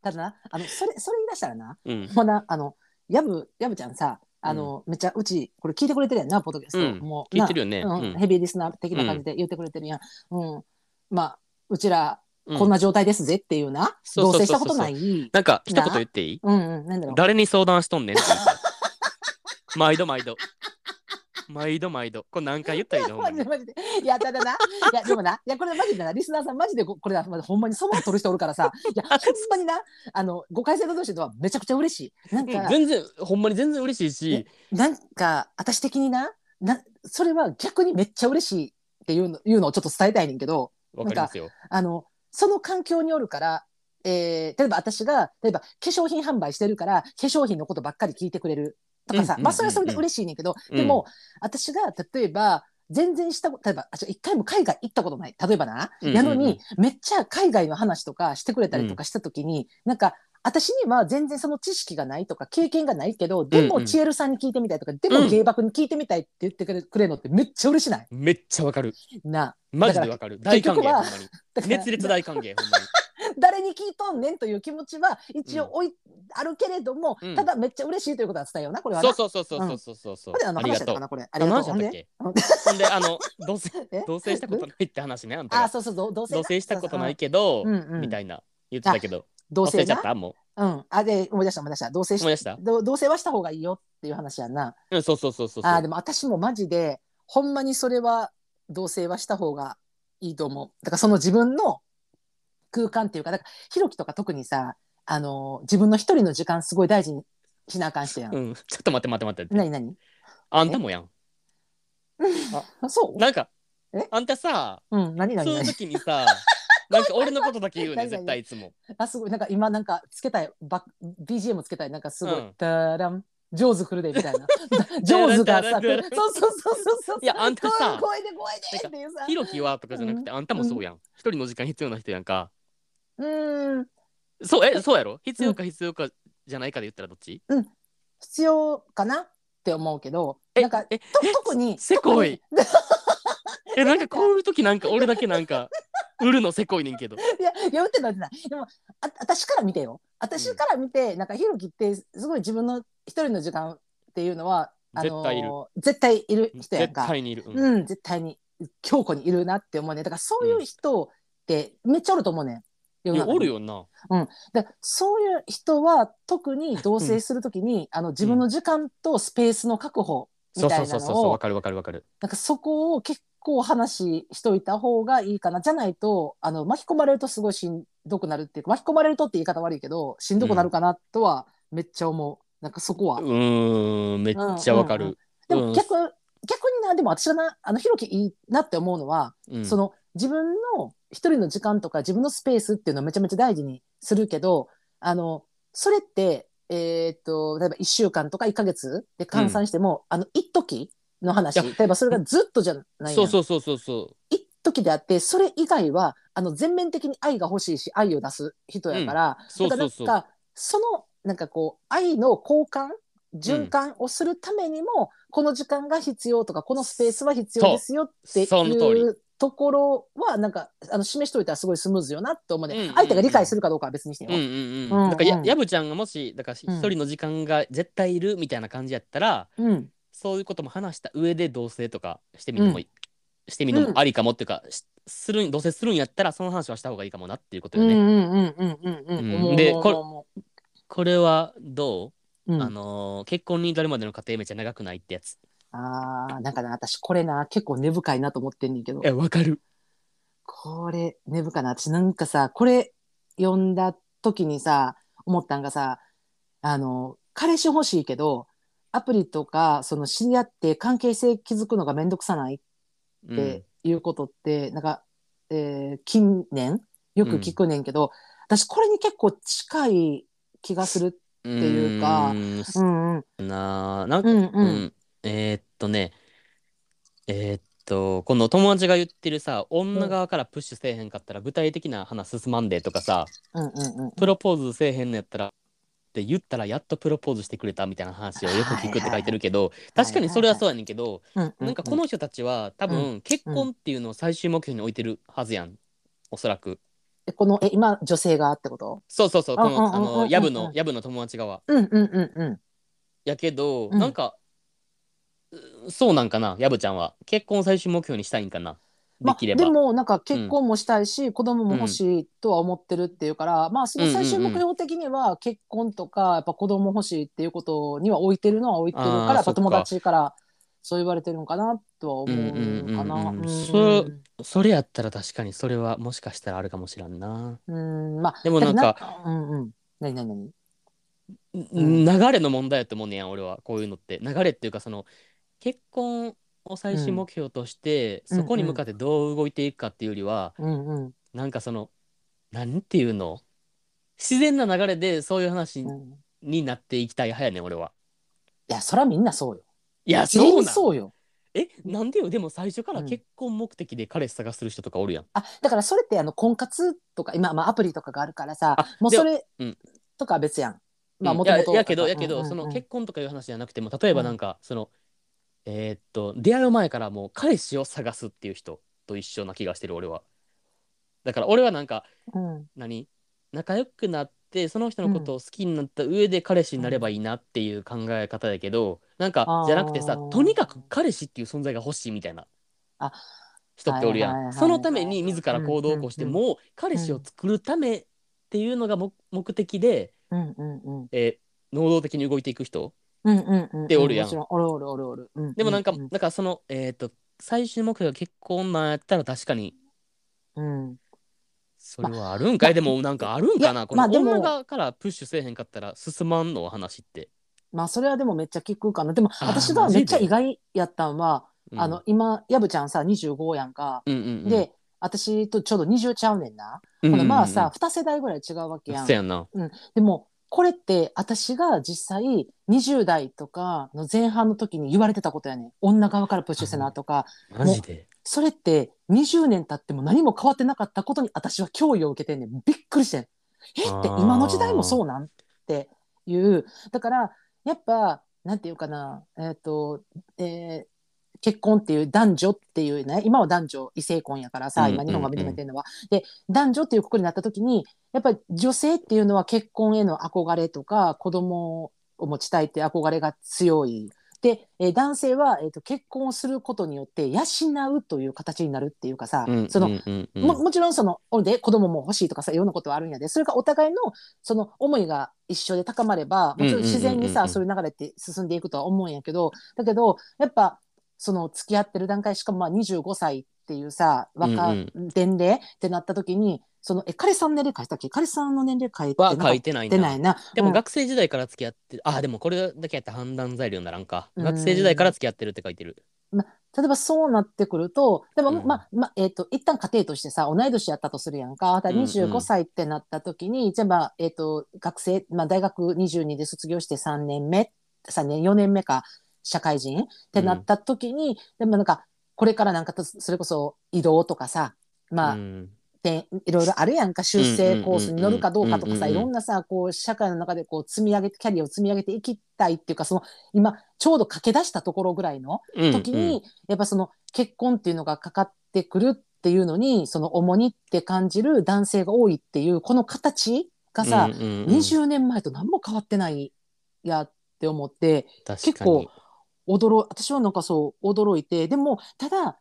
Speaker 1: ただなあのそれそれ言い出したらな
Speaker 2: うんうん
Speaker 1: まだあのやぶやぶちゃんさあの、めっちゃうちこれ聞いてくれてるやんなポッドキャスト、
Speaker 2: うん
Speaker 1: もう
Speaker 2: 聞いてるよね
Speaker 1: な
Speaker 2: う
Speaker 1: うん
Speaker 2: ん
Speaker 1: ヘビーリスナー的な感じで言ってくれてるやん、うんまあうちら
Speaker 2: うん
Speaker 1: こんな状態ですぜっていうな、
Speaker 2: そうそ
Speaker 1: 同棲
Speaker 2: うそうそう
Speaker 1: したことないうん
Speaker 2: なんか一言言っていい
Speaker 1: うんなんだろう
Speaker 2: 誰に相談しとんねんって言うから毎度毎度毎度毎度これ何回言ったらいいのほんま
Speaker 1: マジ
Speaker 2: に
Speaker 1: でマジでいやただないやでもないやこれマジでなリスナーさんマジでここれほんまほんまにそばを取る人おるからさいやほんまになあの誤解生の同士とはめちゃくちゃ嬉しいなんか、
Speaker 2: うん全然ほんまに全然嬉しいし
Speaker 1: なんか私的にななそれは逆にめっちゃ嬉しいっていうのいうのをちょっと伝えたいねんけど
Speaker 2: わかりますよ
Speaker 1: あのその環境によるからえー例えば私が、例えば化粧品販売してるから、化粧品のことばっかり聞いてくれるとかさ、
Speaker 2: うんうん
Speaker 1: まあそれはそれで嬉しいねんけど、
Speaker 2: うん
Speaker 1: でも、私が例えば、全然したこと、例えば、あじゃあ一回も海外行ったことない。例えばな。
Speaker 2: うんうんうん
Speaker 1: やのに、めっちゃ海外の話とかしてくれたりとかしたときに、なんか、私には全然その知識がないとか経験がないけど、で
Speaker 2: うんう
Speaker 1: も
Speaker 2: ん
Speaker 1: チエルさんに聞いてみたいとか、で
Speaker 2: う
Speaker 1: も
Speaker 2: ん
Speaker 1: 芸爆に聞いてみたいって言ってくれくれるのってめっちゃ嬉しない
Speaker 2: めっちゃわかる。
Speaker 1: な。
Speaker 2: マジでわかる。大
Speaker 1: だか
Speaker 2: 歓
Speaker 1: ら
Speaker 2: 迎、ほんま
Speaker 1: 結
Speaker 2: に。
Speaker 1: だから
Speaker 2: 熱烈大歓迎、 ほんまに。
Speaker 1: 誰に聞いとんねんという気持ちは一応おい、あるけれども、
Speaker 2: うん
Speaker 1: ただめっちゃ嬉しいということは伝えような、これはな。
Speaker 2: そうそうそうそうそうそうそう。
Speaker 1: これあの
Speaker 2: あり
Speaker 1: 話だった
Speaker 2: がとう
Speaker 1: か。な、これ。あ
Speaker 2: あ
Speaker 1: り
Speaker 2: の
Speaker 1: が
Speaker 2: 話
Speaker 1: と
Speaker 2: だ
Speaker 1: う。
Speaker 2: ったっ
Speaker 1: ほんで
Speaker 2: けほんで、あの、同棲、
Speaker 1: え
Speaker 2: 同棲したことないって話ね、あんた
Speaker 1: あ、
Speaker 2: が。
Speaker 1: そうそう、どう同
Speaker 2: 同
Speaker 1: 棲
Speaker 2: 棲したことない
Speaker 1: け
Speaker 2: けど
Speaker 1: う、んうん、
Speaker 2: みた
Speaker 1: い
Speaker 2: いな。言ってたけど、
Speaker 1: 同
Speaker 2: 忘れ
Speaker 1: 棲
Speaker 2: ちゃっ
Speaker 1: な。
Speaker 2: たも
Speaker 1: うん。あ、で、思い出した思い出した。同棲
Speaker 2: う。
Speaker 1: し
Speaker 2: 思い出した
Speaker 1: どう同棲はした方がいいよっていう話やんな。
Speaker 2: うん、そうそうそうそうそう。
Speaker 1: あ、でも私もマジで、ほんまにそれは同棲はした方がいいと思う。だからその自分の空間っていうか、だから、ひろきとか特にさ、あの、自分の一人の時間すごい大事にしなあかん人やん。
Speaker 2: うん、ちょっと待って待って待って。
Speaker 1: なになに
Speaker 2: あんたもやん。
Speaker 1: あそう
Speaker 2: なんか
Speaker 1: え、
Speaker 2: あんたさ、
Speaker 1: うん、何
Speaker 2: そう
Speaker 1: 何
Speaker 2: いう
Speaker 1: 何
Speaker 2: 時にさ、 なんか俺のことだけ言うね、
Speaker 1: 何
Speaker 2: 絶対いつも。
Speaker 1: あ、すごい。なんか今なんかつけたい、バ BGM つけたい。なんかすごい。
Speaker 2: うん
Speaker 1: ダラン。ジョーズ来るでみたい な。ジョーズがさ、
Speaker 2: ダランダ
Speaker 1: 来
Speaker 2: ラン
Speaker 1: るそうそうそうそうそう。
Speaker 2: いやあんたさ
Speaker 1: 声で声でっていうさ。
Speaker 2: ひろきはとかじゃなくて、あんたもそうやん。一人の時間必要な人やんか。
Speaker 1: うーん。
Speaker 2: そう、え、そうやろ必要か必要かじゃないかで言ったらどっち
Speaker 1: 必要かなって思うけど、
Speaker 2: え
Speaker 1: なんか、と
Speaker 2: え
Speaker 1: 特に。
Speaker 2: せこい
Speaker 1: 特に。
Speaker 2: え、なんかこういう時なんか俺だけなん か、売るのせこいねんけど。
Speaker 1: いや、いや、打ってたじゃない。でも、あ、私から見てよ。私から見て、なんか、ひろきって、すごい自分の一人の時間っていうのは、あの
Speaker 2: 絶対いる
Speaker 1: 絶対いる人や
Speaker 2: 絶
Speaker 1: んか。
Speaker 2: 対にいる。うん
Speaker 1: うん、絶対に強固にいるなって思うね。だからそういう人ってめっちゃおると思うねん。世
Speaker 2: い
Speaker 1: の
Speaker 2: や
Speaker 1: 中
Speaker 2: お
Speaker 1: に
Speaker 2: るよな。
Speaker 1: だそういう人は特に同棲するときに、あの自分の時間とスペースの確保
Speaker 2: そ
Speaker 1: み
Speaker 2: う
Speaker 1: た
Speaker 2: そ
Speaker 1: いう
Speaker 2: そ
Speaker 1: な
Speaker 2: う
Speaker 1: の
Speaker 2: そう、わ
Speaker 1: を
Speaker 2: かるわかるわかる。
Speaker 1: なんかそこを結構話しといた方がいいかなじゃないとあの巻き込まれるとすごいしんどくなるっていうか巻き込まれるとって言い方悪いけどしんどくなるかなとはめっちゃ思う、なんかそこは
Speaker 2: う。ーん、めっちゃわかる。
Speaker 1: で
Speaker 2: うん
Speaker 1: も逆,、逆になでも私がなあのひろきいいなって思うのは
Speaker 2: うん
Speaker 1: その自分の一人の時間とか自分のスペースっていうのをめちゃめちゃ大事にするけどあのそれって、えーっと例えば1週間とか1ヶ月で換算しても、あの一時の話
Speaker 2: いや
Speaker 1: 例えばそれがずっとじゃない
Speaker 2: そう
Speaker 1: う
Speaker 2: そうそうそうそ
Speaker 1: 一時であってそれ以外はあの全面的に愛が欲しいし愛を出す人やから、
Speaker 2: そう
Speaker 1: だか
Speaker 2: そ
Speaker 1: らな
Speaker 2: うそう
Speaker 1: んかそのなんかこう愛の交換循環をするためにも、この時間が必要とかこのスペースは必要ですよってい
Speaker 2: そうその通り
Speaker 1: うところはなんかあの示しといたらすごいスムーズよなって思うね、
Speaker 2: うんうんうん
Speaker 1: 相手が理解するかどうかは別にしてよ。
Speaker 2: う。うん
Speaker 1: う
Speaker 2: うん
Speaker 1: ん
Speaker 2: う。
Speaker 1: うんん
Speaker 2: だからや、やぶちゃんがもし、だから
Speaker 1: うん
Speaker 2: 一人の時間が絶対いるみたいな感じやったら、
Speaker 1: うん
Speaker 2: そういうことも話した上で同棲とかしてみるのもい、してみるの
Speaker 1: うん
Speaker 2: もありかもっていうか、しするん、同棲するんやったら、その話はした方がいいかもなっていうこと
Speaker 1: うん
Speaker 2: よ
Speaker 1: う
Speaker 2: ね。
Speaker 1: んうんうんうんうん
Speaker 2: うん
Speaker 1: 思う
Speaker 2: で
Speaker 1: 思う
Speaker 2: これ
Speaker 1: 思
Speaker 2: これはど
Speaker 1: うう
Speaker 2: う、
Speaker 1: ん
Speaker 2: あのー結婚に至るまでの過程めっちゃ長くないってやつ。
Speaker 1: あーなんかな私これな結構根深いなと思ってんねんけど
Speaker 2: え、わかる。
Speaker 1: これ根深いな私なんかさこれ読んだ時にさ思ったんがさあの彼氏欲しいけどアプリとかその知り合って関係性築くのが面倒くさない
Speaker 2: うん
Speaker 1: っていうことって、なんか、えー近年よく聞くねんけど、私これに結構近い気がす る。
Speaker 2: って
Speaker 1: いうかうんうん
Speaker 2: なあなん
Speaker 1: う
Speaker 2: か、
Speaker 1: んう
Speaker 2: うん
Speaker 1: ん
Speaker 2: えーっとねえーっとこの友達が言ってるさ女側からプッシュせえへんかったら具体的な話進まんでとかさ
Speaker 1: うんうんうん。
Speaker 2: プロポーズせえへんのやったらって言ったらやっとプロポーズしてくれたみたいな話をよく聞くって書いてるけど確かにそれはそうやねんけどなんかこの人たちは多分結婚っていうのを最終目標に置いてるはずやんおそらく
Speaker 1: えこのえ今女性がってこと？
Speaker 2: そうそうそうこ
Speaker 1: うんうんうん
Speaker 2: のあ
Speaker 1: うんう
Speaker 2: の
Speaker 1: ん
Speaker 2: ヤブのヤブの友達側
Speaker 1: うんうんうんうん。
Speaker 2: やけど、
Speaker 1: うん
Speaker 2: なんかうそうなんかなやぶちゃんは結婚を最終目標にしたいんかなで
Speaker 1: まあ、
Speaker 2: きれ
Speaker 1: で
Speaker 2: ば、
Speaker 1: もなんか結婚もしたいし、子供も欲しいとは思ってるっていうから、まあその最終目標的には結婚とかやっぱ子供欲しいっていうことには置いてるのは置いてるか
Speaker 2: あー
Speaker 1: らやっ
Speaker 2: そ
Speaker 1: ぱ
Speaker 2: っか
Speaker 1: 友達からそう言われてるのかなとは思うか
Speaker 2: うん
Speaker 1: な。
Speaker 2: うんうんうん
Speaker 1: う
Speaker 2: そそれやったら確かにそれはもしかしたらあるかもしらんな、
Speaker 1: うんまあ
Speaker 2: でもなんか
Speaker 1: だらなうんうん何何何ん
Speaker 2: 流れの問題やと思うねや俺はこういうのって流れっていうかその結婚を最終目標として、
Speaker 1: うん
Speaker 2: そこに向かってどう動いていくかっていうよりは、
Speaker 1: うんうん
Speaker 2: なんかそのなんていうの自然な流れでそういう話
Speaker 1: うん、い
Speaker 2: になっていきたい派やねん俺は。
Speaker 1: や、そらみんなそうよ。
Speaker 2: いや
Speaker 1: 全
Speaker 2: そう
Speaker 1: 員
Speaker 2: なん
Speaker 1: そうよ。
Speaker 2: えなんでよでも最初から
Speaker 1: うん
Speaker 2: 結婚目的で彼氏探する人とかおるやん。
Speaker 1: あ、だからそれってあの婚活とか、今、まあアプリとかがあるからさ
Speaker 2: あ、
Speaker 1: もうそれ
Speaker 2: でうん
Speaker 1: とかは別やん。まあ
Speaker 2: うん
Speaker 1: 元々
Speaker 2: いややけど
Speaker 1: とか
Speaker 2: やけど、
Speaker 1: うんうんうん
Speaker 2: その結婚とかいう話じゃなくても例えばなんか、そのえーっと出会う前からもう彼氏を探すっていう人と一緒な気がしてる俺は。だから俺はなんか
Speaker 1: うん。
Speaker 2: 何仲良くなってその人のことを好きになった上で彼氏になればいいなっていう考え方やけど、なんか
Speaker 1: あー
Speaker 2: じゃなくてさとにかく彼氏っていう存在が欲しいみたいな
Speaker 1: あ
Speaker 2: 人っておるやん、
Speaker 1: はいはいはいはい
Speaker 2: そのために自ら行動を起こして、
Speaker 1: うんうん
Speaker 2: もう彼氏を作るためっていうのが目目的で、
Speaker 1: うんうんうん。
Speaker 2: えー能動的に動いていく人
Speaker 1: うんうんうん。
Speaker 2: でおるやん
Speaker 1: もちろん、おるおるおるおる。う
Speaker 2: でもなんか、
Speaker 1: う
Speaker 2: なんかそのえーっと最終目標が結婚なんやったら確かに
Speaker 1: うん。
Speaker 2: それはあるんかい、でもなんかあるんか
Speaker 1: い
Speaker 2: な
Speaker 1: や
Speaker 2: この
Speaker 1: まあでも
Speaker 2: 女側からプッシュせえへんかったら進まんのお話って。
Speaker 1: まあそれはでもめっちゃ聞くかな。でも
Speaker 2: あー
Speaker 1: 私が
Speaker 2: マジ
Speaker 1: め
Speaker 2: で
Speaker 1: っちゃ意外やったんは、
Speaker 2: うん
Speaker 1: あの今、やぶちゃんさ25やんか。
Speaker 2: うんうんうん、
Speaker 1: で、私とちょうど20ちゃうねんな。
Speaker 2: うんうんうん、
Speaker 1: ほなまあさ、2世代ぐらい違うわけやん
Speaker 2: そ。やんな。
Speaker 1: でも、これって私が実際20代とかの前半の時に言われてたことやねん。女側からプッシュせなとか。
Speaker 2: マジで。
Speaker 1: それって20年経っても何も変わってなかったことに私は脅威を受けてんねん。びっくりしてん。えって
Speaker 2: あー
Speaker 1: 今の時代もそうなんっていう。だから、やっぱ、なんていうかな、えっ、と、えー結婚っていう男女っていうね、今は男女異性婚やからさ、
Speaker 2: うん
Speaker 1: 今日本が認めてるのは。で、男女っていう国になった時に、やっぱり女性っていうのは結婚への憧れとか、子供を持ちたいっていう憧れが強い。で、えー男性は、えー、と結婚をすることによって養うという形になるっていうかさ、
Speaker 2: うん
Speaker 1: その
Speaker 2: うんうんうん
Speaker 1: ももちろんそのおで子供も欲しいとかさいろんなことはあるんやでそれがお互いのその思いが一緒で高まればもちろん自然に
Speaker 2: うんうんうんうんう
Speaker 1: さ
Speaker 2: ん
Speaker 1: そういう流れって進んでいくとは思うんやけどだけどやっぱその付き合ってる段階しかもまあ25歳っていうさ若
Speaker 2: うん
Speaker 1: 年齢ってなった時にそのえ彼氏さんの年齢書いたっけ彼氏さんの年齢書いてな
Speaker 2: は書
Speaker 1: ん
Speaker 2: い
Speaker 1: か
Speaker 2: てない
Speaker 1: 出
Speaker 2: な
Speaker 1: ないな。
Speaker 2: でも
Speaker 1: うん
Speaker 2: 学生時代から付き合ってる、あでもこれだけやったら判断材料にならんか
Speaker 1: うん
Speaker 2: 学生時代から付き合ってるって書いてる
Speaker 1: 例えばそうなってくると、でも、
Speaker 2: うん
Speaker 1: まあ、まあ、えっ、と、一旦家庭としてさ、同い年やったとするやんか。だから
Speaker 2: うんうん
Speaker 1: 25歳ってなった時に、じゃあまあ、えっ、と、学生、まあ大学22で卒業して3年目、3年、4年目か、社会人ってなった時に、でもなんか、これからなんかと、それこそ移動とかさ、まあ、
Speaker 2: うん
Speaker 1: っていろいろあるやんか修正コースに乗るかどうかとかさ
Speaker 2: うんうんうんうんうん
Speaker 1: いろんなさこう社会の中でこう積み上げてキャリアを積み上げていきたいっていうかその今ちょうど駆け出したところぐらいの
Speaker 2: うん
Speaker 1: 時に、
Speaker 2: うん
Speaker 1: やっぱその結婚っていうのがかかってくるっていうのにその重荷って感じる男性が多いっていうこの形がさ、
Speaker 2: うんうんうん
Speaker 1: 20年前と何も変わってないやって思って。
Speaker 2: 確かに
Speaker 1: 結構驚私はなんかそう驚いてでもただ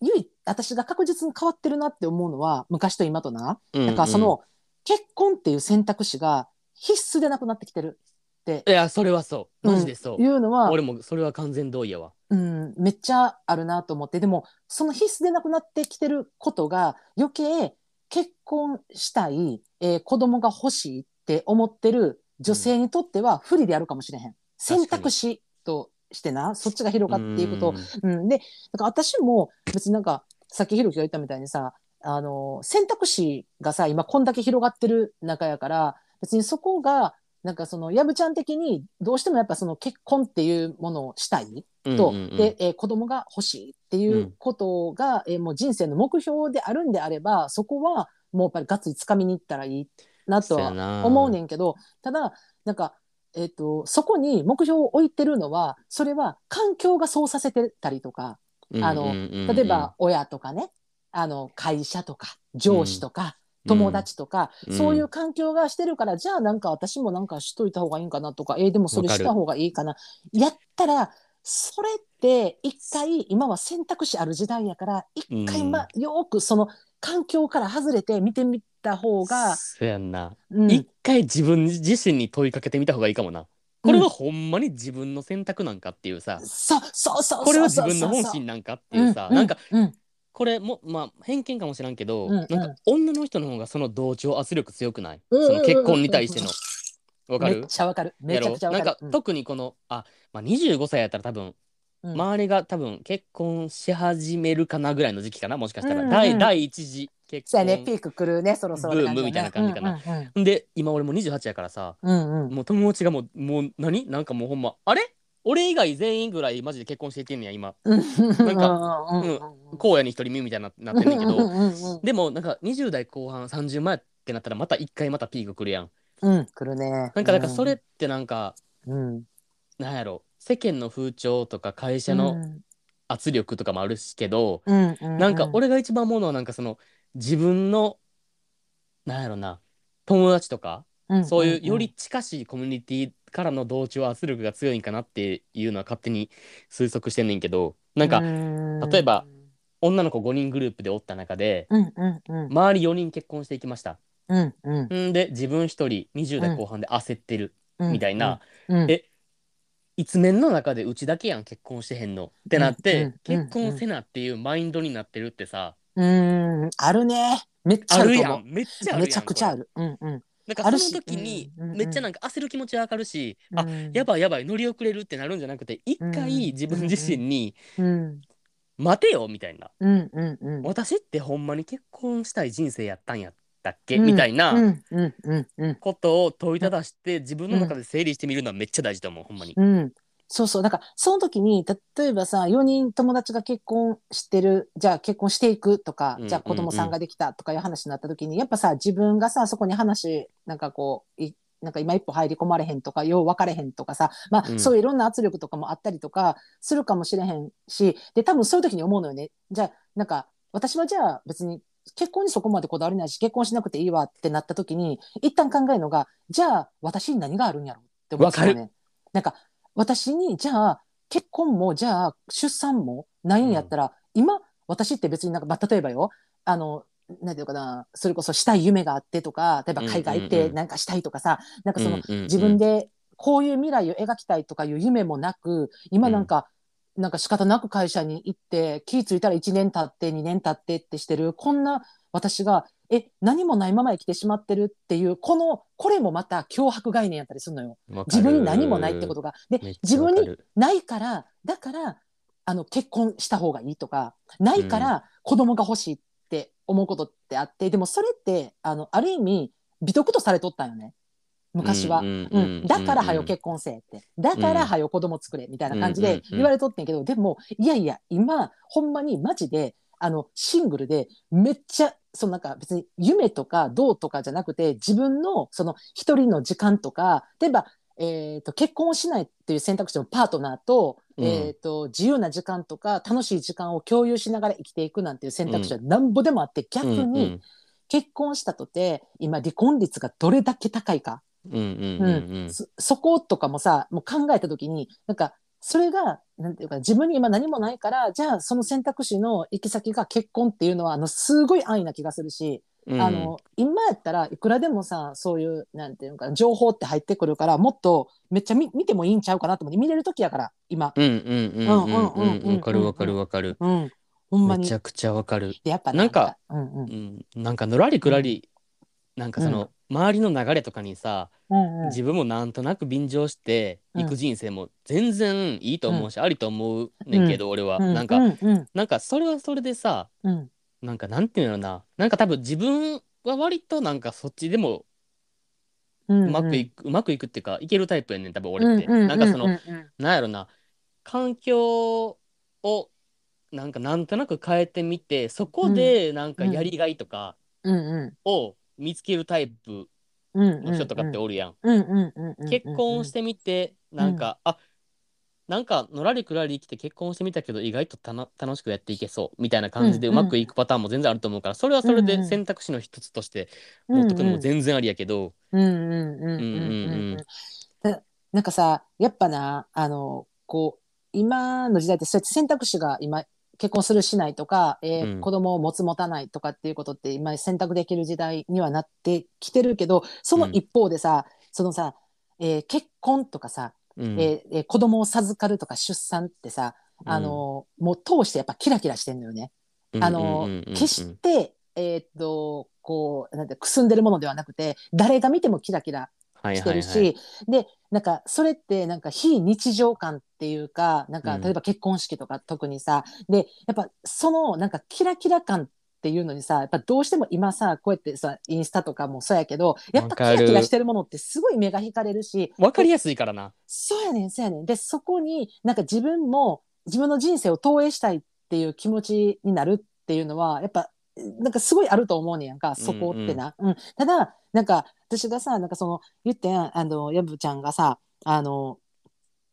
Speaker 1: 唯一私が確実に変わってるなって思うのは昔と今となだからその、、結婚っていう選択肢が必須でなくなってきてるって
Speaker 2: うんうんいやそれはそうマジでそう、
Speaker 1: いうのは、
Speaker 2: 俺もそれは完全同意やわ
Speaker 1: うん、めっちゃあるなと思ってでもその必須でなくなってきてることが余計結婚したい、えー、子供が欲しいって思ってる女性にとっては不利であるかもしれへん、選択肢としてなそっちが広がっていくと
Speaker 2: うん
Speaker 1: うん、でだから私も別になんかさっきひろきが言ったみたいにさあの選択肢がさ今こんだけ広がってる中やから別にそこがなんかそのやぶちゃん的にどうしてもやっぱその結婚っていうものをしたいと、
Speaker 2: うんうんうん
Speaker 1: で、えー子供が欲しいっていうことが、えーもう人生の目標であるんであればそこはもうやっぱりガッツリ掴みに行ったらいいなと
Speaker 2: そうや
Speaker 1: は
Speaker 2: な
Speaker 1: 思うねんけどただなんか、えっとそこに目標を置いてるのはそれは環境がそうさせてたりとかあの例えば、親とかねあの会社とか上司とか、友達とか、
Speaker 2: うん
Speaker 1: そういう環境がしてるから、じゃあなんか私もなんかしといた方がいいんかなとか、えーでもそれ
Speaker 2: わか
Speaker 1: し
Speaker 2: る
Speaker 1: た方がいいかな。やったら、それって一回、今は選択肢ある時代やから、一回、
Speaker 2: うん
Speaker 1: ま、よーくその環境から外れて見てみた方
Speaker 2: が
Speaker 1: が、
Speaker 2: そうやんな
Speaker 1: うん
Speaker 2: 一回自分自身に問いかけてみた方がいいかもな。これはほんまに自分の選択なんかっていうさ、
Speaker 1: そうそうそうそうそうそう
Speaker 2: これは自分の本心なんかっていうさ、
Speaker 1: う
Speaker 2: なんか、
Speaker 1: うん
Speaker 2: これもまあ偏見かもしらんけど、
Speaker 1: うんうん
Speaker 2: なんか女の人の方がその同調圧力強くない、
Speaker 1: うんうんうん
Speaker 2: その結婚に対しての。わか
Speaker 1: めっ
Speaker 2: る
Speaker 1: ちゃわかる。め
Speaker 2: や
Speaker 1: ちゃ
Speaker 2: ろ
Speaker 1: くちゃわか
Speaker 2: なん
Speaker 1: る。
Speaker 2: か、
Speaker 1: うん
Speaker 2: 特にこのあ、まあ、25歳やったら多分、
Speaker 1: うん
Speaker 2: 周りが多分結婚し始めるかなぐらいの時期かなもしかした
Speaker 1: う
Speaker 2: ら、
Speaker 1: んうん
Speaker 2: 第第一次結
Speaker 1: そう
Speaker 2: 婚
Speaker 1: やね、ピーク来るね、そろそろって
Speaker 2: ブームみたいな感じかな
Speaker 1: 感じだね。
Speaker 2: で今俺もう28やからさ
Speaker 1: うんうんうんうん。
Speaker 2: もう友達がもうもう何なんかもうほんまあれ俺以外全員ぐらいマジで結婚していってんねや今
Speaker 1: うん
Speaker 2: なんか
Speaker 1: うんうんうん
Speaker 2: 荒野に一人目みたいにななってんねんけ
Speaker 1: う
Speaker 2: ど
Speaker 1: んうんうん
Speaker 2: でもなんか20代後半30前ってなったらまた一回またピークくるやん
Speaker 1: うん、来るね。
Speaker 2: なんかなんかそれってなんか、
Speaker 1: うん、
Speaker 2: なんやろ世間の風潮とか会社の圧力とかもあるしけど、
Speaker 1: うん、うん、
Speaker 2: なんか俺が一番思うのはなんかその自分のなんやろな友達とか、
Speaker 1: うん、
Speaker 2: そういうより近しいコミュニティからの同調圧力が強いんかなっていうのは勝手に推測してんねんけどなんか
Speaker 1: か
Speaker 2: 例えば、女の子5人グループでおった中で
Speaker 1: うんうんうん
Speaker 2: 周り4人結婚していきました
Speaker 1: うんうん
Speaker 2: んで自分1人20代後半で焦ってる
Speaker 1: うん、
Speaker 2: みたいな、
Speaker 1: うん、うん
Speaker 2: え一面の中でうちだけやん結婚してへんのってなっ
Speaker 1: う
Speaker 2: て、
Speaker 1: んうん
Speaker 2: 結婚せなっていうマインドになってるってさ、
Speaker 1: うん、あるね。めっちゃ
Speaker 2: あ
Speaker 1: あ
Speaker 2: る
Speaker 1: ると
Speaker 2: や
Speaker 1: 思
Speaker 2: んめっちゃあ
Speaker 1: う。
Speaker 2: る
Speaker 1: め
Speaker 2: やん
Speaker 1: ちゃくちゃあ
Speaker 2: こ
Speaker 1: る。うんうん。
Speaker 2: れなん
Speaker 1: あ
Speaker 2: か
Speaker 1: る
Speaker 2: そ
Speaker 1: し
Speaker 2: の時に
Speaker 1: うんうんうん
Speaker 2: めっちゃなんか焦る気持ちはわかるし、
Speaker 1: う
Speaker 2: あ
Speaker 1: ん
Speaker 2: やばいやばい乗り遅れるってなるんじゃなくて一回自分自身に
Speaker 1: うん
Speaker 2: 「待てよ」みたいな
Speaker 1: うんうんう
Speaker 2: 「
Speaker 1: ん。
Speaker 2: 私ってほんまに結婚したい人生やったんやったっけ?」
Speaker 1: うん
Speaker 2: みたいな
Speaker 1: うんうんうんうん
Speaker 2: ことを問いただして自分の中で整理してみるのはめっちゃ大事だもんほんまに。
Speaker 1: うん。そうそう。だから、その時に、例えばさ、4人友達が結婚してる、じゃあ結婚していくとか
Speaker 2: う、ん
Speaker 1: じゃあ子供さんができたとかいう話になった時に、やっぱさ、自分がさ、そこに話、なんかこう、いなんか今一歩入り込まれへんとか、よう分かれへんとかさ、まあ、
Speaker 2: うん
Speaker 1: そういういろんな圧力とかもあったりとかするかもしれへんし、で、多分そういう時に思うのよね。じゃあ、なんか、私はじゃあ別に結婚にそこまでこだわりないし、結婚しなくていいわってなった時に、一旦考えるのが、じゃあ私に何があるんやろって思ってたよね。なんか、私にじゃあ結婚もじゃあ出産もないんやったら、今私って別になんか、まあ、例えばよあのなんていうかなそれこそしたい夢があってとか例えば海外行っ
Speaker 2: うんうん
Speaker 1: て
Speaker 2: うん
Speaker 1: なんかしたいとかさ、なんかその、
Speaker 2: うんうんうん
Speaker 1: 自分でこういう未来を描きたいとかいう夢もなく今なんか、なんか仕方なく会社に行って気付いたら1年経って2年経ってってしてるこんな私がえ何もないまま生きてしまってるっていうこのこれもまた脅迫概念やったりするのよ。自分に何もないってこと
Speaker 2: が
Speaker 1: が。で自分にないからだからあの結婚した方がいいとかないから子供が欲しいって思うことってあって、でもそれってあのある意味美徳とされとったんよね昔は。うん、だから、はよ結婚せえって。だから、はよ子供作れ、みたいな感じ
Speaker 2: うんうん
Speaker 1: で
Speaker 2: うん
Speaker 1: 言われとってんけど、でも、いやいや、今、ほんまにマジで、あの、シングルで、めっちゃ、そのなんか別に夢とかどうとかじゃなくて、自分のその一人の時間とか、例えば、えっ、と、結婚をしないっていう選択肢のパートナーと、
Speaker 2: うん
Speaker 1: えっ、と、自由な時間とか、楽しい時間を共有しながら生きていくなんていう選択肢はなんぼでもあって、逆
Speaker 2: うんう
Speaker 1: に
Speaker 2: ん
Speaker 1: 結婚したとて、今離婚率がどれだけ高いか。
Speaker 2: うんうん
Speaker 1: う
Speaker 2: うんん
Speaker 1: そそことかもさもう考えた時になんかそれがなんていうか自分に今何もないからじゃあその選択肢の行き先が結婚っていうのはあのすごい安易な気がするし、
Speaker 2: うん
Speaker 1: あの今やったらいくらでもさそういうなんていうのか情報って入ってくるからもっとめっちゃ見見てもいいんちゃうかなと思って見れる時やから今、
Speaker 2: うんうんうんうん
Speaker 1: ううん
Speaker 2: うんん
Speaker 1: うんうんう
Speaker 2: うんんわかるわかるわかる
Speaker 1: うん、ほんま
Speaker 2: め
Speaker 1: に
Speaker 2: ちゃくちゃわかる
Speaker 1: でやっぱ
Speaker 2: なんか
Speaker 1: うんうん
Speaker 2: うんなんかのらりくらりなんかその周りの流れとかにさ
Speaker 1: うんうん
Speaker 2: 自分もなんとなく便乗していく人生も全然いいと思うしありと思うねんけど俺は
Speaker 1: うん
Speaker 2: なんか
Speaker 1: うんうん
Speaker 2: なんかそれはそれでさ
Speaker 1: うん
Speaker 2: なんかなんていうのななんか多分自分は割となんかそっちでも
Speaker 1: うん
Speaker 2: うまくいく、うまくいくっていうかいけるタイプやねん多分俺って、
Speaker 1: ううう
Speaker 2: なんかその、
Speaker 1: うんうん
Speaker 2: なんやろな環境をなんかなんとなく変えてみてそこでなんかやりがいとか
Speaker 1: うん
Speaker 2: を見つけるタイプ
Speaker 1: うんうん
Speaker 2: の人とかっておるやん、
Speaker 1: うんうんうんうんうん
Speaker 2: 結婚してみてなんか、あなんかのらりくらり生きて結婚してみたけど意外とたな楽しくやっていけそうみたいな感じで
Speaker 1: う
Speaker 2: うん
Speaker 1: うん
Speaker 2: まくいくパターンも全然あると思うから、それはそれ
Speaker 1: うんう
Speaker 2: で
Speaker 1: ん
Speaker 2: 選択肢の一つとして持っとくのも全然ありやけど、
Speaker 1: うんうんうんうんうん
Speaker 2: うんうん
Speaker 1: う
Speaker 2: うん
Speaker 1: ななんかさやっぱなあのこう今の時代ってそうやって選択肢が今結婚するしないとか、えー
Speaker 2: うん
Speaker 1: 子供を持つ持たないとかっていうことって今選択できる時代にはなってきてるけどその一方でさ、そのさ、えー結婚とかさ、
Speaker 2: うん
Speaker 1: えーえー子供を授かるとか出産ってさあの、もう通してやっぱキラキラしてんのよね。あの
Speaker 2: うんうんうんうん
Speaker 1: 決して、えーっとこうなんてくすんでるものではなくて誰が見てもキラキラ
Speaker 2: はい
Speaker 1: し
Speaker 2: は
Speaker 1: て
Speaker 2: い
Speaker 1: る
Speaker 2: は
Speaker 1: し、
Speaker 2: い
Speaker 1: でなんかそれってなんか非日常感っていうかなんか
Speaker 2: うん
Speaker 1: 例えば結婚式とか特にさ、でやっぱそのなんかキラキラ感ってっていうのにさやっぱどうしても今さこうやってさインスタとかもそうやけどやっぱ
Speaker 2: わ
Speaker 1: キ
Speaker 2: か
Speaker 1: ラ
Speaker 2: る
Speaker 1: キラしてるものってすごい目が引かれるし
Speaker 2: わかりやすいからな。
Speaker 1: そうやねんそうやねんでそこになんか自分も自分の人生を投影したいっていう気持ちになるっていうのはやっぱなんかすごいあると思うねんやんかそこってな、うんただなんか私がさなんかその言ってんあのやぶちゃんがさあの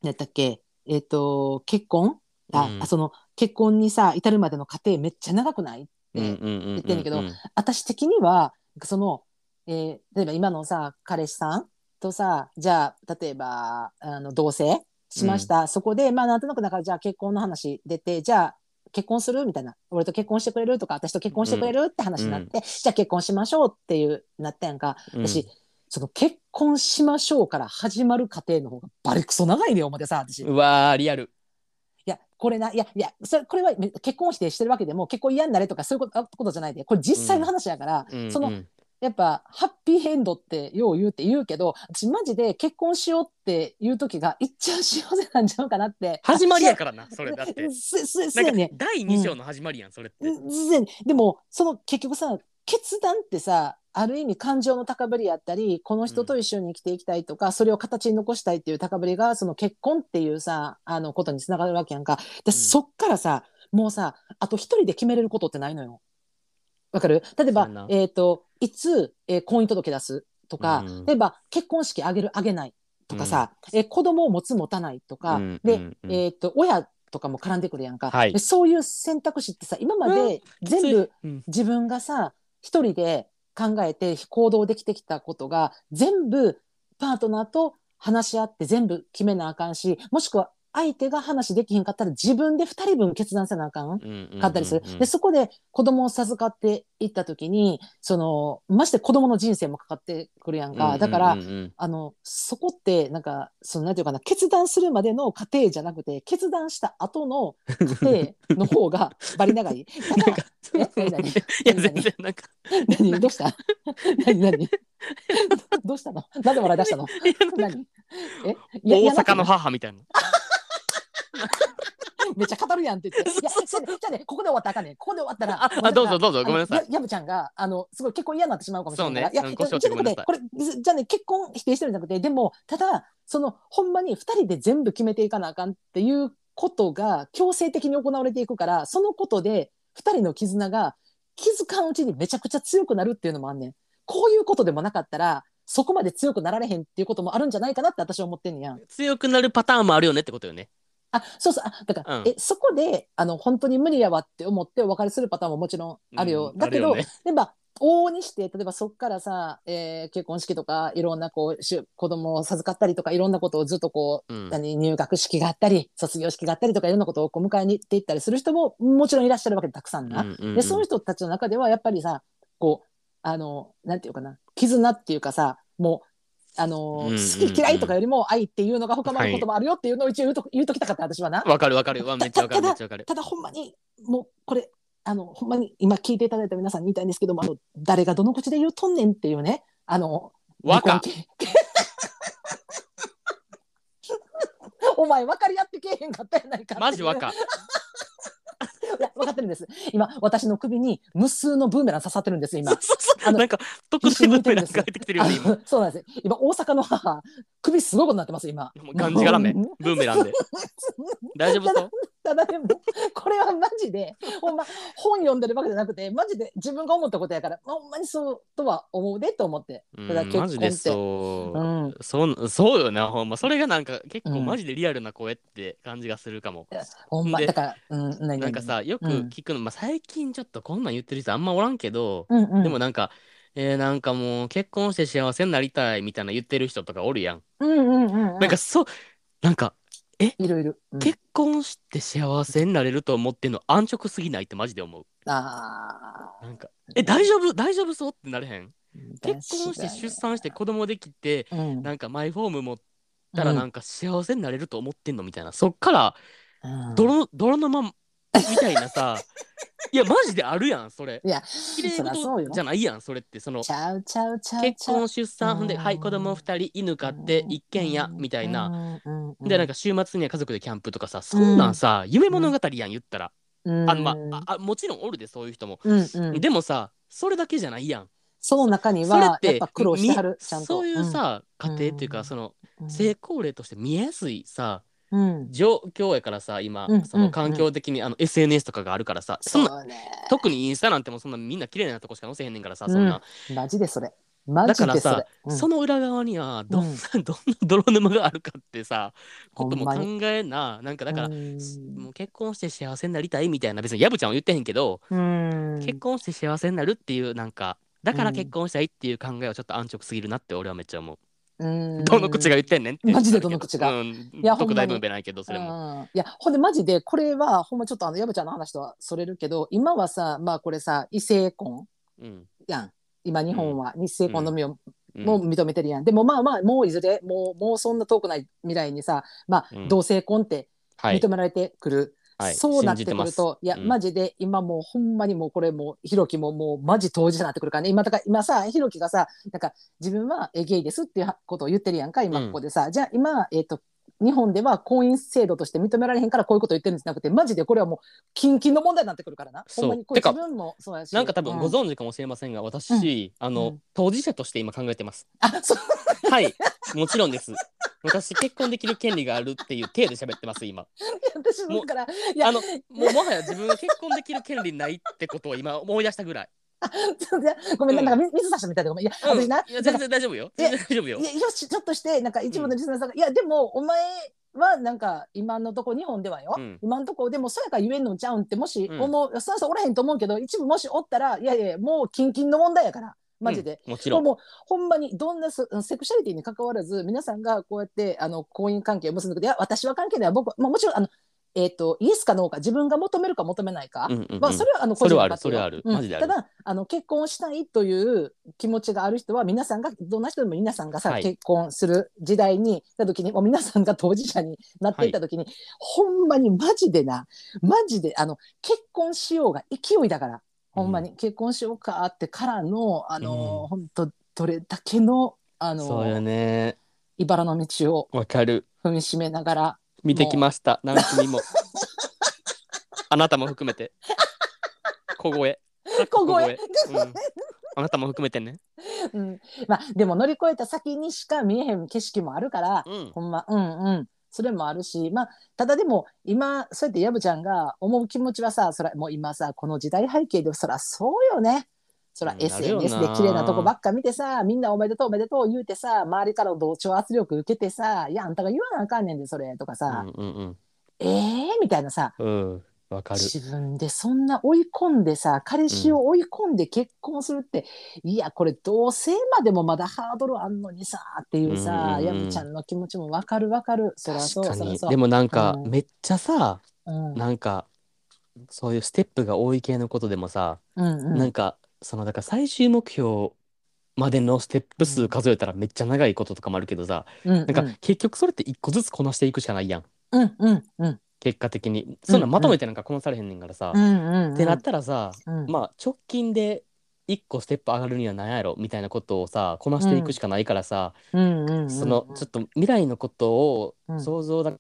Speaker 1: 何やったっけえっ、と結婚あ、
Speaker 2: うん
Speaker 1: あその結婚にさ至るまでの過程めっちゃ長くないって、
Speaker 2: 言
Speaker 1: 言ってんだけど私的にはその、えー例えば今のさ彼氏さんとさじゃあ例えばあの同棲しました、そこでまあなんとなくなんかじゃあ結婚の話出てじゃあ結婚するみたいな俺と結婚してくれるとか私と結婚してくれるって話になって、じゃあ結婚しましょうっていうなったやんか私、その結婚しましょうから始まる過程の方がバリクソ長いね思ってさ私。
Speaker 2: うわー、リアル。
Speaker 1: いや、これな、いや、いや、それ、これはめ結婚を否定してるわけでも、結婚嫌になれとか、そういうことあことじゃないで、これ実際の話やから、
Speaker 2: うん
Speaker 1: その
Speaker 2: うん
Speaker 1: やっぱ、ハッピーエンドってよう言うって言うけど、私マジで結婚しようっていう時が、いっちゃ幸せなんちゃうかなって。
Speaker 2: 始まりやからな、 それだって。
Speaker 1: す、す、す
Speaker 2: な
Speaker 1: や
Speaker 2: んか
Speaker 1: ね。
Speaker 2: 第2章の始まりやん、それって。
Speaker 1: すやねでも、その結局さ、決断ってさ、ある意味感情の高ぶりやったり、この人と一緒に生きていきたいとか、それを形に残したいっていう高ぶりが、その結婚っていうさ、あのことにつながるわけやんか。で、
Speaker 2: ん
Speaker 1: そっからさ、もうさ、あと一人で決めれることってないのよ。わかる例え
Speaker 2: そうや
Speaker 1: ば、
Speaker 2: な
Speaker 1: えっ、と、いつ、えー婚姻届出すとか、
Speaker 2: うん
Speaker 1: 例えば、結婚式あげるあげないとかさ、えー子供を持つ持たないとか、
Speaker 2: うん
Speaker 1: で、
Speaker 2: うんうん
Speaker 1: えっ、と、親とかも絡んでくるやんか、
Speaker 2: はい
Speaker 1: でそういう選択肢ってさ、今ま
Speaker 2: う
Speaker 1: で全部、
Speaker 2: うん
Speaker 1: 自分がさ一人で考えて行動できてきたことが全部パートナーと話し合って全部決めなあかんしもしくは相手が話できひんかったら自分で2人分決断せなあかんかったりする。でそこで子供を授かっていった時にそのまして子供の人生もかかってくるやんかだから、
Speaker 2: うんうんうんうん
Speaker 1: あのそこってなんかそのなんていうかな決断するまでの過程じゃなくて決断した後の過程の方がバリ長い。た だえ何々
Speaker 2: いや、全然なんか。
Speaker 1: 何 どうした何何どうしたのなぜ笑い出したの何えいやい
Speaker 2: 大
Speaker 1: や
Speaker 2: 阪の
Speaker 1: なんか
Speaker 2: 母みたいな。
Speaker 1: めっちゃ語るやんって言って。いや、じゃあねじゃあね、ここで終わったらあかんねん。ここで終わったら。
Speaker 2: ああどうぞどうぞごめんなさい
Speaker 1: い。やぶちゃんが、あの、すごい結婚嫌になってしまうかもしれないから。
Speaker 2: そうねうんご承知
Speaker 1: いや、
Speaker 2: ごめんなさい
Speaker 1: これ、じゃあね、結婚否定してるんじゃなくて、でも、ただ、その、ほんまに二人で全部決めていかなあかんっていうことが強制的に行われていくから、そのことで、二人の絆が気づかんうちにめちゃくちゃ強くなるっていうのもあんねん。こういうことでもなかったら、そこまで強くなられへんっていうこともあるんじゃないかなって私は思ってんねやん。
Speaker 2: 強くなるパターンもあるよねってことよね。
Speaker 1: あそうそうあだから、
Speaker 2: うん
Speaker 1: えそこであの本当に無理やわって思ってお別れするパターンももちろんあるよ、
Speaker 2: うん
Speaker 1: だけど、
Speaker 2: あるよね
Speaker 1: 例えば往々にして例えばそっからさ、えー結婚式とかいろんなこうしゅ子供を授かったりとかいろんなことをずっとこ
Speaker 2: う
Speaker 1: う、
Speaker 2: ん
Speaker 1: 何入学式があったり卒業式があったりとかいろんなことをこう迎えに行っていったりする人ももちろんいらっしゃるわけでたくさんな、でその人たちの中ではやっぱりさこうあのなんていうかな絆っていうかさもうあの、
Speaker 2: うんうんうん
Speaker 1: 好き嫌いとかよりも愛っていうのが他まることもあるよっていうのを一応言うと,、言うときたかった私はな。
Speaker 2: わかるわかる。わめっちゃわか
Speaker 1: た
Speaker 2: るめ
Speaker 1: だ
Speaker 2: っちゃわかる。
Speaker 1: ただほんまにもうこれあのほんまに今聞いていただいた皆さんに言いたいんですけどもあの誰がどの口で言うとんねんっていうねあの
Speaker 2: 若
Speaker 1: 離婚系お前分かり合ってけえへんかったやないかっていう
Speaker 2: マジ若。
Speaker 1: いや分かってるんです今私の首に無数のブーメラン刺さってるんです今
Speaker 2: そうそうそ
Speaker 1: あ
Speaker 2: う。
Speaker 1: の
Speaker 2: なんか特殊ブーメランが入ってきてるよね、
Speaker 1: あのそうなんです今大阪の母首すごいことになってます今
Speaker 2: 今。もうがんじが らめ。
Speaker 1: もう
Speaker 2: ブーメランで。大丈夫そう
Speaker 1: ただでもこれはマジでほんま本読んでるわけじゃなくてマジで自分が思ったことやからほんまにそうとは思うでと思って
Speaker 2: う
Speaker 1: ただ
Speaker 2: ん
Speaker 1: 結婚
Speaker 2: マ
Speaker 1: っ
Speaker 2: ジ
Speaker 1: て
Speaker 2: でそうう。
Speaker 1: ん
Speaker 2: そうそうよな、ほんま。それがなんか結構
Speaker 1: うん
Speaker 2: マジでリアルな声って感じがするかも。
Speaker 1: ほんま
Speaker 2: で
Speaker 1: だからうん何
Speaker 2: なんかさ、よく
Speaker 1: うん
Speaker 2: 聞くの、まあ最近ちょっとこんなん言ってる人あんまおらんけど、
Speaker 1: うんうん
Speaker 2: でもなんか、えーなんかもう結婚して幸せになりたいみたいな言ってる人とかおるやん。
Speaker 1: うんうんうんうん
Speaker 2: なんかそう、なんか
Speaker 1: いろいろうん
Speaker 2: 結婚して幸せになれると思ってんの安直すぎないってマジで思う。
Speaker 1: あ
Speaker 2: なんか、え、大丈夫大丈夫そうってなれへん
Speaker 1: ー
Speaker 2: 結婚して出産して子供できて、
Speaker 1: うん
Speaker 2: なんかマイフォーム持ったら
Speaker 1: うん
Speaker 2: なんか幸せになれると思ってんのみたいな。そっから
Speaker 1: うん
Speaker 2: 泥、泥沼みたい なさ、いや、マジであるやん、それ。
Speaker 1: いや
Speaker 2: 綺麗
Speaker 1: そらそう
Speaker 2: 事
Speaker 1: よ
Speaker 2: じゃないやん、それって。その、
Speaker 1: ちゃうちゃうちゃうちゃう
Speaker 2: 結婚出産ほんで
Speaker 1: うん
Speaker 2: はい子供二2人犬飼って一軒家みたいな、
Speaker 1: うんうんうん
Speaker 2: でなんか週末には家族でキャンプとかさそんなんさ、夢物語やん言ったら
Speaker 1: うん
Speaker 2: あのまあああもちろんおるでそういう人も、
Speaker 1: うんうん、
Speaker 2: でもさそれだけじゃないやん
Speaker 1: その中に
Speaker 2: それ
Speaker 1: は
Speaker 2: っ
Speaker 1: やってぱ苦労してはる
Speaker 2: み
Speaker 1: ちゃんと
Speaker 2: そういう、さ、家庭ってい
Speaker 1: う
Speaker 2: うか
Speaker 1: ん
Speaker 2: その
Speaker 1: うん
Speaker 2: 成功例として見えやすいさ
Speaker 1: うん、
Speaker 2: 状況やからさ今、
Speaker 1: うん
Speaker 2: その環境的にあの SNS とかがあるからさ、そんな
Speaker 1: そうね
Speaker 2: 特にインスタなんてもうそんなみんな綺麗なとこしか載せへんねんからさ、
Speaker 1: うん
Speaker 2: そんな
Speaker 1: マジでそれマ
Speaker 2: だ
Speaker 1: ジ
Speaker 2: から
Speaker 1: でそれ
Speaker 2: さ、その裏側にはどんな、 どんな泥沼があるかってさこ
Speaker 1: ほ
Speaker 2: と
Speaker 1: ん
Speaker 2: も
Speaker 1: ま
Speaker 2: 考
Speaker 1: に
Speaker 2: えななんかだから、
Speaker 1: うん
Speaker 2: もう結婚して幸せになりたいみたいな別にヤブちゃんは言ってへんけど、
Speaker 1: うん
Speaker 2: 結婚して幸せになるっていうなんかだから
Speaker 1: うん
Speaker 2: 結婚したいっていう考えはちょっと安直すぎるなって俺はめっちゃ思う、
Speaker 1: うん
Speaker 2: どの口が言ってんねんって
Speaker 1: マジでどの口が
Speaker 2: うん、
Speaker 1: いやほんま
Speaker 2: 特
Speaker 1: に
Speaker 2: 大分べないけどそれも、
Speaker 1: うん、いやほんでマジでこれはほんまちょっとあのやぶちゃんの話とはそれるけど今はさまあこれさ異性婚
Speaker 2: うん
Speaker 1: やん今日本は異性婚のみを
Speaker 2: うん
Speaker 1: もう認めてるやん、でもまあまあもういずれもうもうそんな遠くない未来にさ、まあ
Speaker 2: うん
Speaker 1: 同性婚って
Speaker 2: はい
Speaker 1: 認められてくる、
Speaker 2: はい
Speaker 1: そうなって
Speaker 2: 信じて
Speaker 1: く
Speaker 2: ま
Speaker 1: る
Speaker 2: す
Speaker 1: といや、
Speaker 2: うん
Speaker 1: マジで今もうほんまにもうこれもうひろきももうマジ当事者になってくるからね今だから今さひろきがさなんか自分はえゲイですっていうことを言ってるやんか今
Speaker 2: うん
Speaker 1: ここでさ、じゃあ今えっ、と日本では婚姻制度として認められへんからこういうこと言ってるんじゃなくてマジでこれはもう近々の問題になってくるからな
Speaker 2: そう
Speaker 1: ほんまにこ
Speaker 2: て
Speaker 1: れ
Speaker 2: か
Speaker 1: 自分もそうやし
Speaker 2: なんか多分ご
Speaker 1: うん
Speaker 2: 存知かもしれませんが、私、あの、
Speaker 1: うん
Speaker 2: 当事者として今考えてます。
Speaker 1: あそう
Speaker 2: はい、もちろんです。私結婚できる権利があるっていう体で喋ってます今。
Speaker 1: 私もだからいや
Speaker 2: あのもうもはや自分が結婚できる権利ないってことを今思い出したぐらい。
Speaker 1: いやごめんななんか水差したみたいでごめんいや
Speaker 2: うん、
Speaker 1: 私
Speaker 2: い
Speaker 1: な、
Speaker 2: や全然大丈夫よ。
Speaker 1: いや
Speaker 2: 全然大丈夫よ
Speaker 1: い。やよしちょっとしてなんか一部のリスナーさんが「いやでもお前はなんか今のとこ日本ではよ、
Speaker 2: うん
Speaker 1: 今のとこでもそうやから言えんのちゃうん」ってもし
Speaker 2: うん
Speaker 1: 思う、その人おらへんと思うけど一部もしおったら「いやいやもう近々の問題やからマジで」
Speaker 2: うんもち
Speaker 1: も
Speaker 2: ろ。
Speaker 1: うんもうほんまにどんなセセクシャリティに関わらず皆さんがこうやってあの婚姻関係を結んでくるいや私は関係ない僕は、まあ、もちろんあの、えー、とイエスかノーか自分が求めるか求めないか、
Speaker 2: うんうんうん
Speaker 1: まあ、それはあの
Speaker 2: そ
Speaker 1: 個
Speaker 2: れ
Speaker 1: 人
Speaker 2: は
Speaker 1: の
Speaker 2: ある
Speaker 1: 勝手よ
Speaker 2: それはある
Speaker 1: うん
Speaker 2: マジである
Speaker 1: ただあの結婚したいという気持ちがある人は皆さんがどんな人でも皆さんがさ、
Speaker 2: はい
Speaker 1: 結婚する時代に来た時にもう皆さんが当事者になっていた時に、ほんまにマジでなマジであの結婚しようが勢いだからほんまに、結婚しようかってからのあの
Speaker 2: うん
Speaker 1: 本当、ほんとどれだけのあ
Speaker 2: そうよ
Speaker 1: の
Speaker 2: ね。
Speaker 1: 茨の道を
Speaker 2: わかる。
Speaker 1: 踏みしめながら
Speaker 2: 見てきました。何組 も。あなたも含めて。小声。
Speaker 1: 小声
Speaker 2: うんあなたも含めてね。
Speaker 1: うんまあでも乗り越えた先にしか見えへん景色もあるから、
Speaker 2: うん
Speaker 1: ほんまうんうんそれもあるしまあただでも今そうやってやぶちゃんが思う気持ちはさそらもう今さこの時代背景でそらそうよね。そら
Speaker 2: うんなるよな
Speaker 1: SNS で綺麗なとこばっか見てさみんなおめでとうおめでとう言うてさ周りからの同調圧力受けてさ「いやあんたが言わなあかんねんでそれ」とかさ
Speaker 2: うんうん
Speaker 1: 「ええー」みたいなさ
Speaker 2: うん。うん。わかる。
Speaker 1: 自分でそんな追い込んでさ彼氏を追い込んで結婚するって、いやこれ同性までもまだハードルあんのにさっていうさ、
Speaker 2: うんうんうん
Speaker 1: やぶちゃんの気持ちもわかるわかるそらそう
Speaker 2: 確
Speaker 1: そ
Speaker 2: か
Speaker 1: ら
Speaker 2: に
Speaker 1: そう
Speaker 2: でもなんか
Speaker 1: うん
Speaker 2: めっちゃさ、
Speaker 1: うん
Speaker 2: なんかそういうステップが多い系のことでもさ、
Speaker 1: うんう
Speaker 2: なんんかそのだから最終目標までのステップ数数えたらめっちゃ長いこととかもあるけどさ、
Speaker 1: うん
Speaker 2: なんか結局それって一個ずつこなしていくしかないやん
Speaker 1: うんうんうん
Speaker 2: 結果的にそんなんまとめてなんかこなされへんねんからさ、
Speaker 1: うんうんうん
Speaker 2: ってなったらさ、
Speaker 1: うん
Speaker 2: まあ直近で一個ステップ上がるには何やろみたいなことをさこなしていくしかないからさ、
Speaker 1: うんうんうん
Speaker 2: そのちょっと未来のことを
Speaker 1: うん
Speaker 2: 想像だ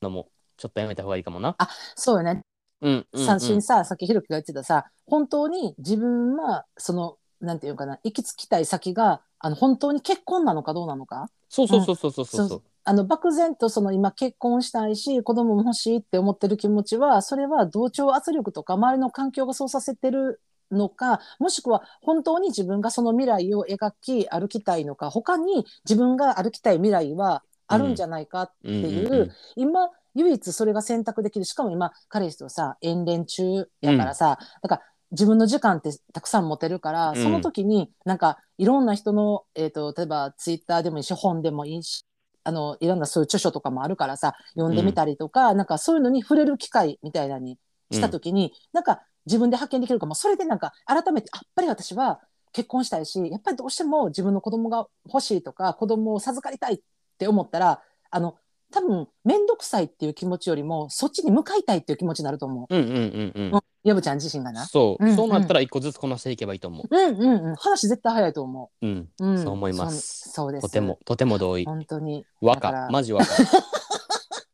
Speaker 2: のもちょっとやめた方がいいかもな。
Speaker 1: そうよね
Speaker 2: うんうんうん
Speaker 1: 三振さ、さっきひろきが言ってたさ、本当に自分は、その、なんていうかな、行き着きたい先が、あの、本当に結婚なのかどうなのか
Speaker 2: そうそうそうそうそうそ
Speaker 1: そ
Speaker 2: うそうう。
Speaker 1: あの、漠然とその今結婚したいし、子供も欲しいって思ってる気持ちは、それは同調圧力とか周りの環境がそうさせてるのか、もしくは本当に自分がその未来を描き歩きたいのか、他に自分が歩きたい未来はあるんじゃないかっていう、
Speaker 2: うんうんうん
Speaker 1: 今、唯一それが選択できる。しかも今、彼氏とさ、遠恋中やからさ、だから自分の時間ってたくさん持てるから、
Speaker 2: うん
Speaker 1: その時になんかいろんな人の、えー、と例えばツイッターでもいいし本でもいいしあのいろんなそういう著書とかもあるからさ読んでみたりとか、なんかそういうのに触れる機会みたいなのにした時に、なんか自分で発見できるかもそれでなんか改めてあやっぱり私は結婚したいしやっぱりどうしても自分の子供が欲しいとか子供を授かりたいって思ったらあの多分面倒くさいっていう気持ちよりもそっちに向かいたいっていう気持ちになると思
Speaker 2: うんうんうん
Speaker 1: う、
Speaker 2: う
Speaker 1: うんん。、やぶちゃん自身がな。
Speaker 2: そう、
Speaker 1: うんうん
Speaker 2: そうなったら一個ずつこなしていけばいいと思
Speaker 1: うんうんうん、話絶対早いと思
Speaker 2: う。うん。
Speaker 1: う。うん、
Speaker 2: そう思います
Speaker 1: そうそうです。
Speaker 2: とても、とても同意。
Speaker 1: 本当に。
Speaker 2: 若
Speaker 1: だから
Speaker 2: マジ若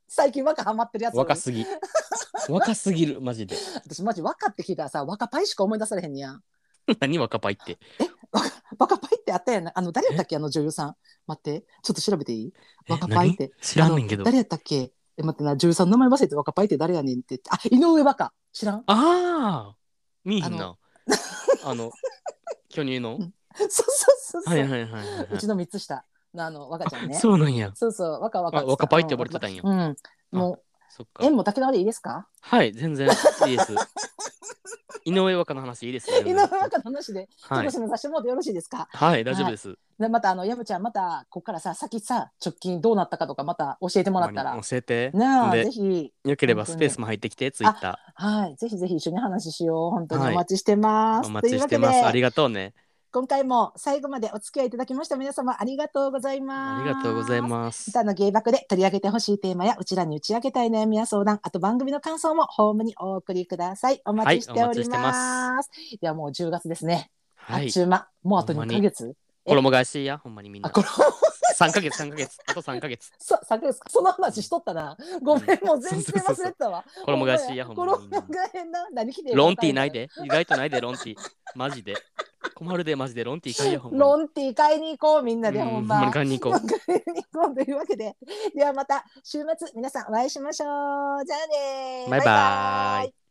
Speaker 1: 最近若ハマってるやつ。
Speaker 2: 若すぎ。若すぎる、マジで。
Speaker 1: 私マジ若って聞いたらさ、若パイしか思い出されへんねやん。
Speaker 2: 何若パイって。
Speaker 1: 若パイってあったやん。あの、誰やったっけあの女優さん。待って、ちょっと調べていい若パイって。
Speaker 2: 何知らんねんけど。
Speaker 1: 誰やったっけえ、待ってな、女優さんの名前忘れて若パイって誰やねんって言って。あ、井上バカ。知らん
Speaker 2: ああ見えへん
Speaker 1: あ
Speaker 2: な。 あの、巨乳の
Speaker 1: う。んそうそうそうそう。
Speaker 2: はいはいはいはいう
Speaker 1: ちの
Speaker 2: は
Speaker 1: 三つ下のあの若ちゃん
Speaker 2: い。
Speaker 1: ね。
Speaker 2: そうなんや。
Speaker 1: そうそう、若々
Speaker 2: あ、若パイって呼ばれてた
Speaker 1: ん
Speaker 2: んや。
Speaker 1: うん。も
Speaker 2: そっ
Speaker 1: う、
Speaker 2: か
Speaker 1: 縁。も竹縄でいいですか
Speaker 2: はい、全然いいです。井上若の話いいですね。
Speaker 1: 井上若の話で、ちょっ
Speaker 2: は
Speaker 1: と
Speaker 2: い。
Speaker 1: 締めさせてもらってよろしいですか
Speaker 2: はい、大丈夫です。
Speaker 1: でまた、あの、やぶちゃん、また、ここからさ、先さ、直近どうなったかとか、また教えてもらった
Speaker 2: ほ
Speaker 1: ら
Speaker 2: んまに。教えて。
Speaker 1: なあ、
Speaker 2: で
Speaker 1: ぜひ、
Speaker 2: よければ
Speaker 1: 本当
Speaker 2: ス
Speaker 1: に
Speaker 2: ペースも入ってきて、ツイッタ
Speaker 1: はい、ぜひぜひ一緒に話ししよう。本当に
Speaker 2: はい
Speaker 1: お待ちしてます。
Speaker 2: ー。お
Speaker 1: と
Speaker 2: 待
Speaker 1: い
Speaker 2: ち
Speaker 1: う
Speaker 2: し
Speaker 1: わ
Speaker 2: て
Speaker 1: け
Speaker 2: ます。あ
Speaker 1: で、
Speaker 2: りがとうね。
Speaker 1: 今回も最後までお付き合いいただきました皆様、ありがとうございま
Speaker 2: あ
Speaker 1: す。
Speaker 2: りがとうございま。
Speaker 1: ますたあの芸爆で取り上げてほしいテーマやうちらに打ち明けたい悩みや相談あと番組の感想もホームにお送りくださいお待ちしております,、い、
Speaker 2: はいお待
Speaker 1: やもう10月ですね、
Speaker 2: は
Speaker 1: あっ
Speaker 2: い
Speaker 1: ち。ゅう間もうあと2ヶ月
Speaker 2: 衣替えしいや、ほんまにみん
Speaker 1: あ
Speaker 2: な。
Speaker 1: これ
Speaker 2: 3ヶ月、3ヶ月。あと3ヶ月。
Speaker 1: さ3ヶ月かその話しとったなごめんもう全然
Speaker 2: そ
Speaker 1: 忘
Speaker 2: うそうそう
Speaker 1: れてたわ
Speaker 2: 衣替えしいや、ほんまにみん
Speaker 1: 衣
Speaker 2: な
Speaker 1: 替。えな何着て
Speaker 2: ロンティーない
Speaker 1: で
Speaker 2: で。意外とないで、ロンティー。マジで。困るで、マジで。ロンティー買いや、ほんまに。
Speaker 1: ロンティー買いに行こうみんなで
Speaker 2: うん
Speaker 1: ほん
Speaker 2: ほんま
Speaker 1: ま
Speaker 2: に買いに行こう。
Speaker 1: 買いに行こうというわけでではまた週末皆さんお会いしましょうじゃあね
Speaker 2: バイバーイ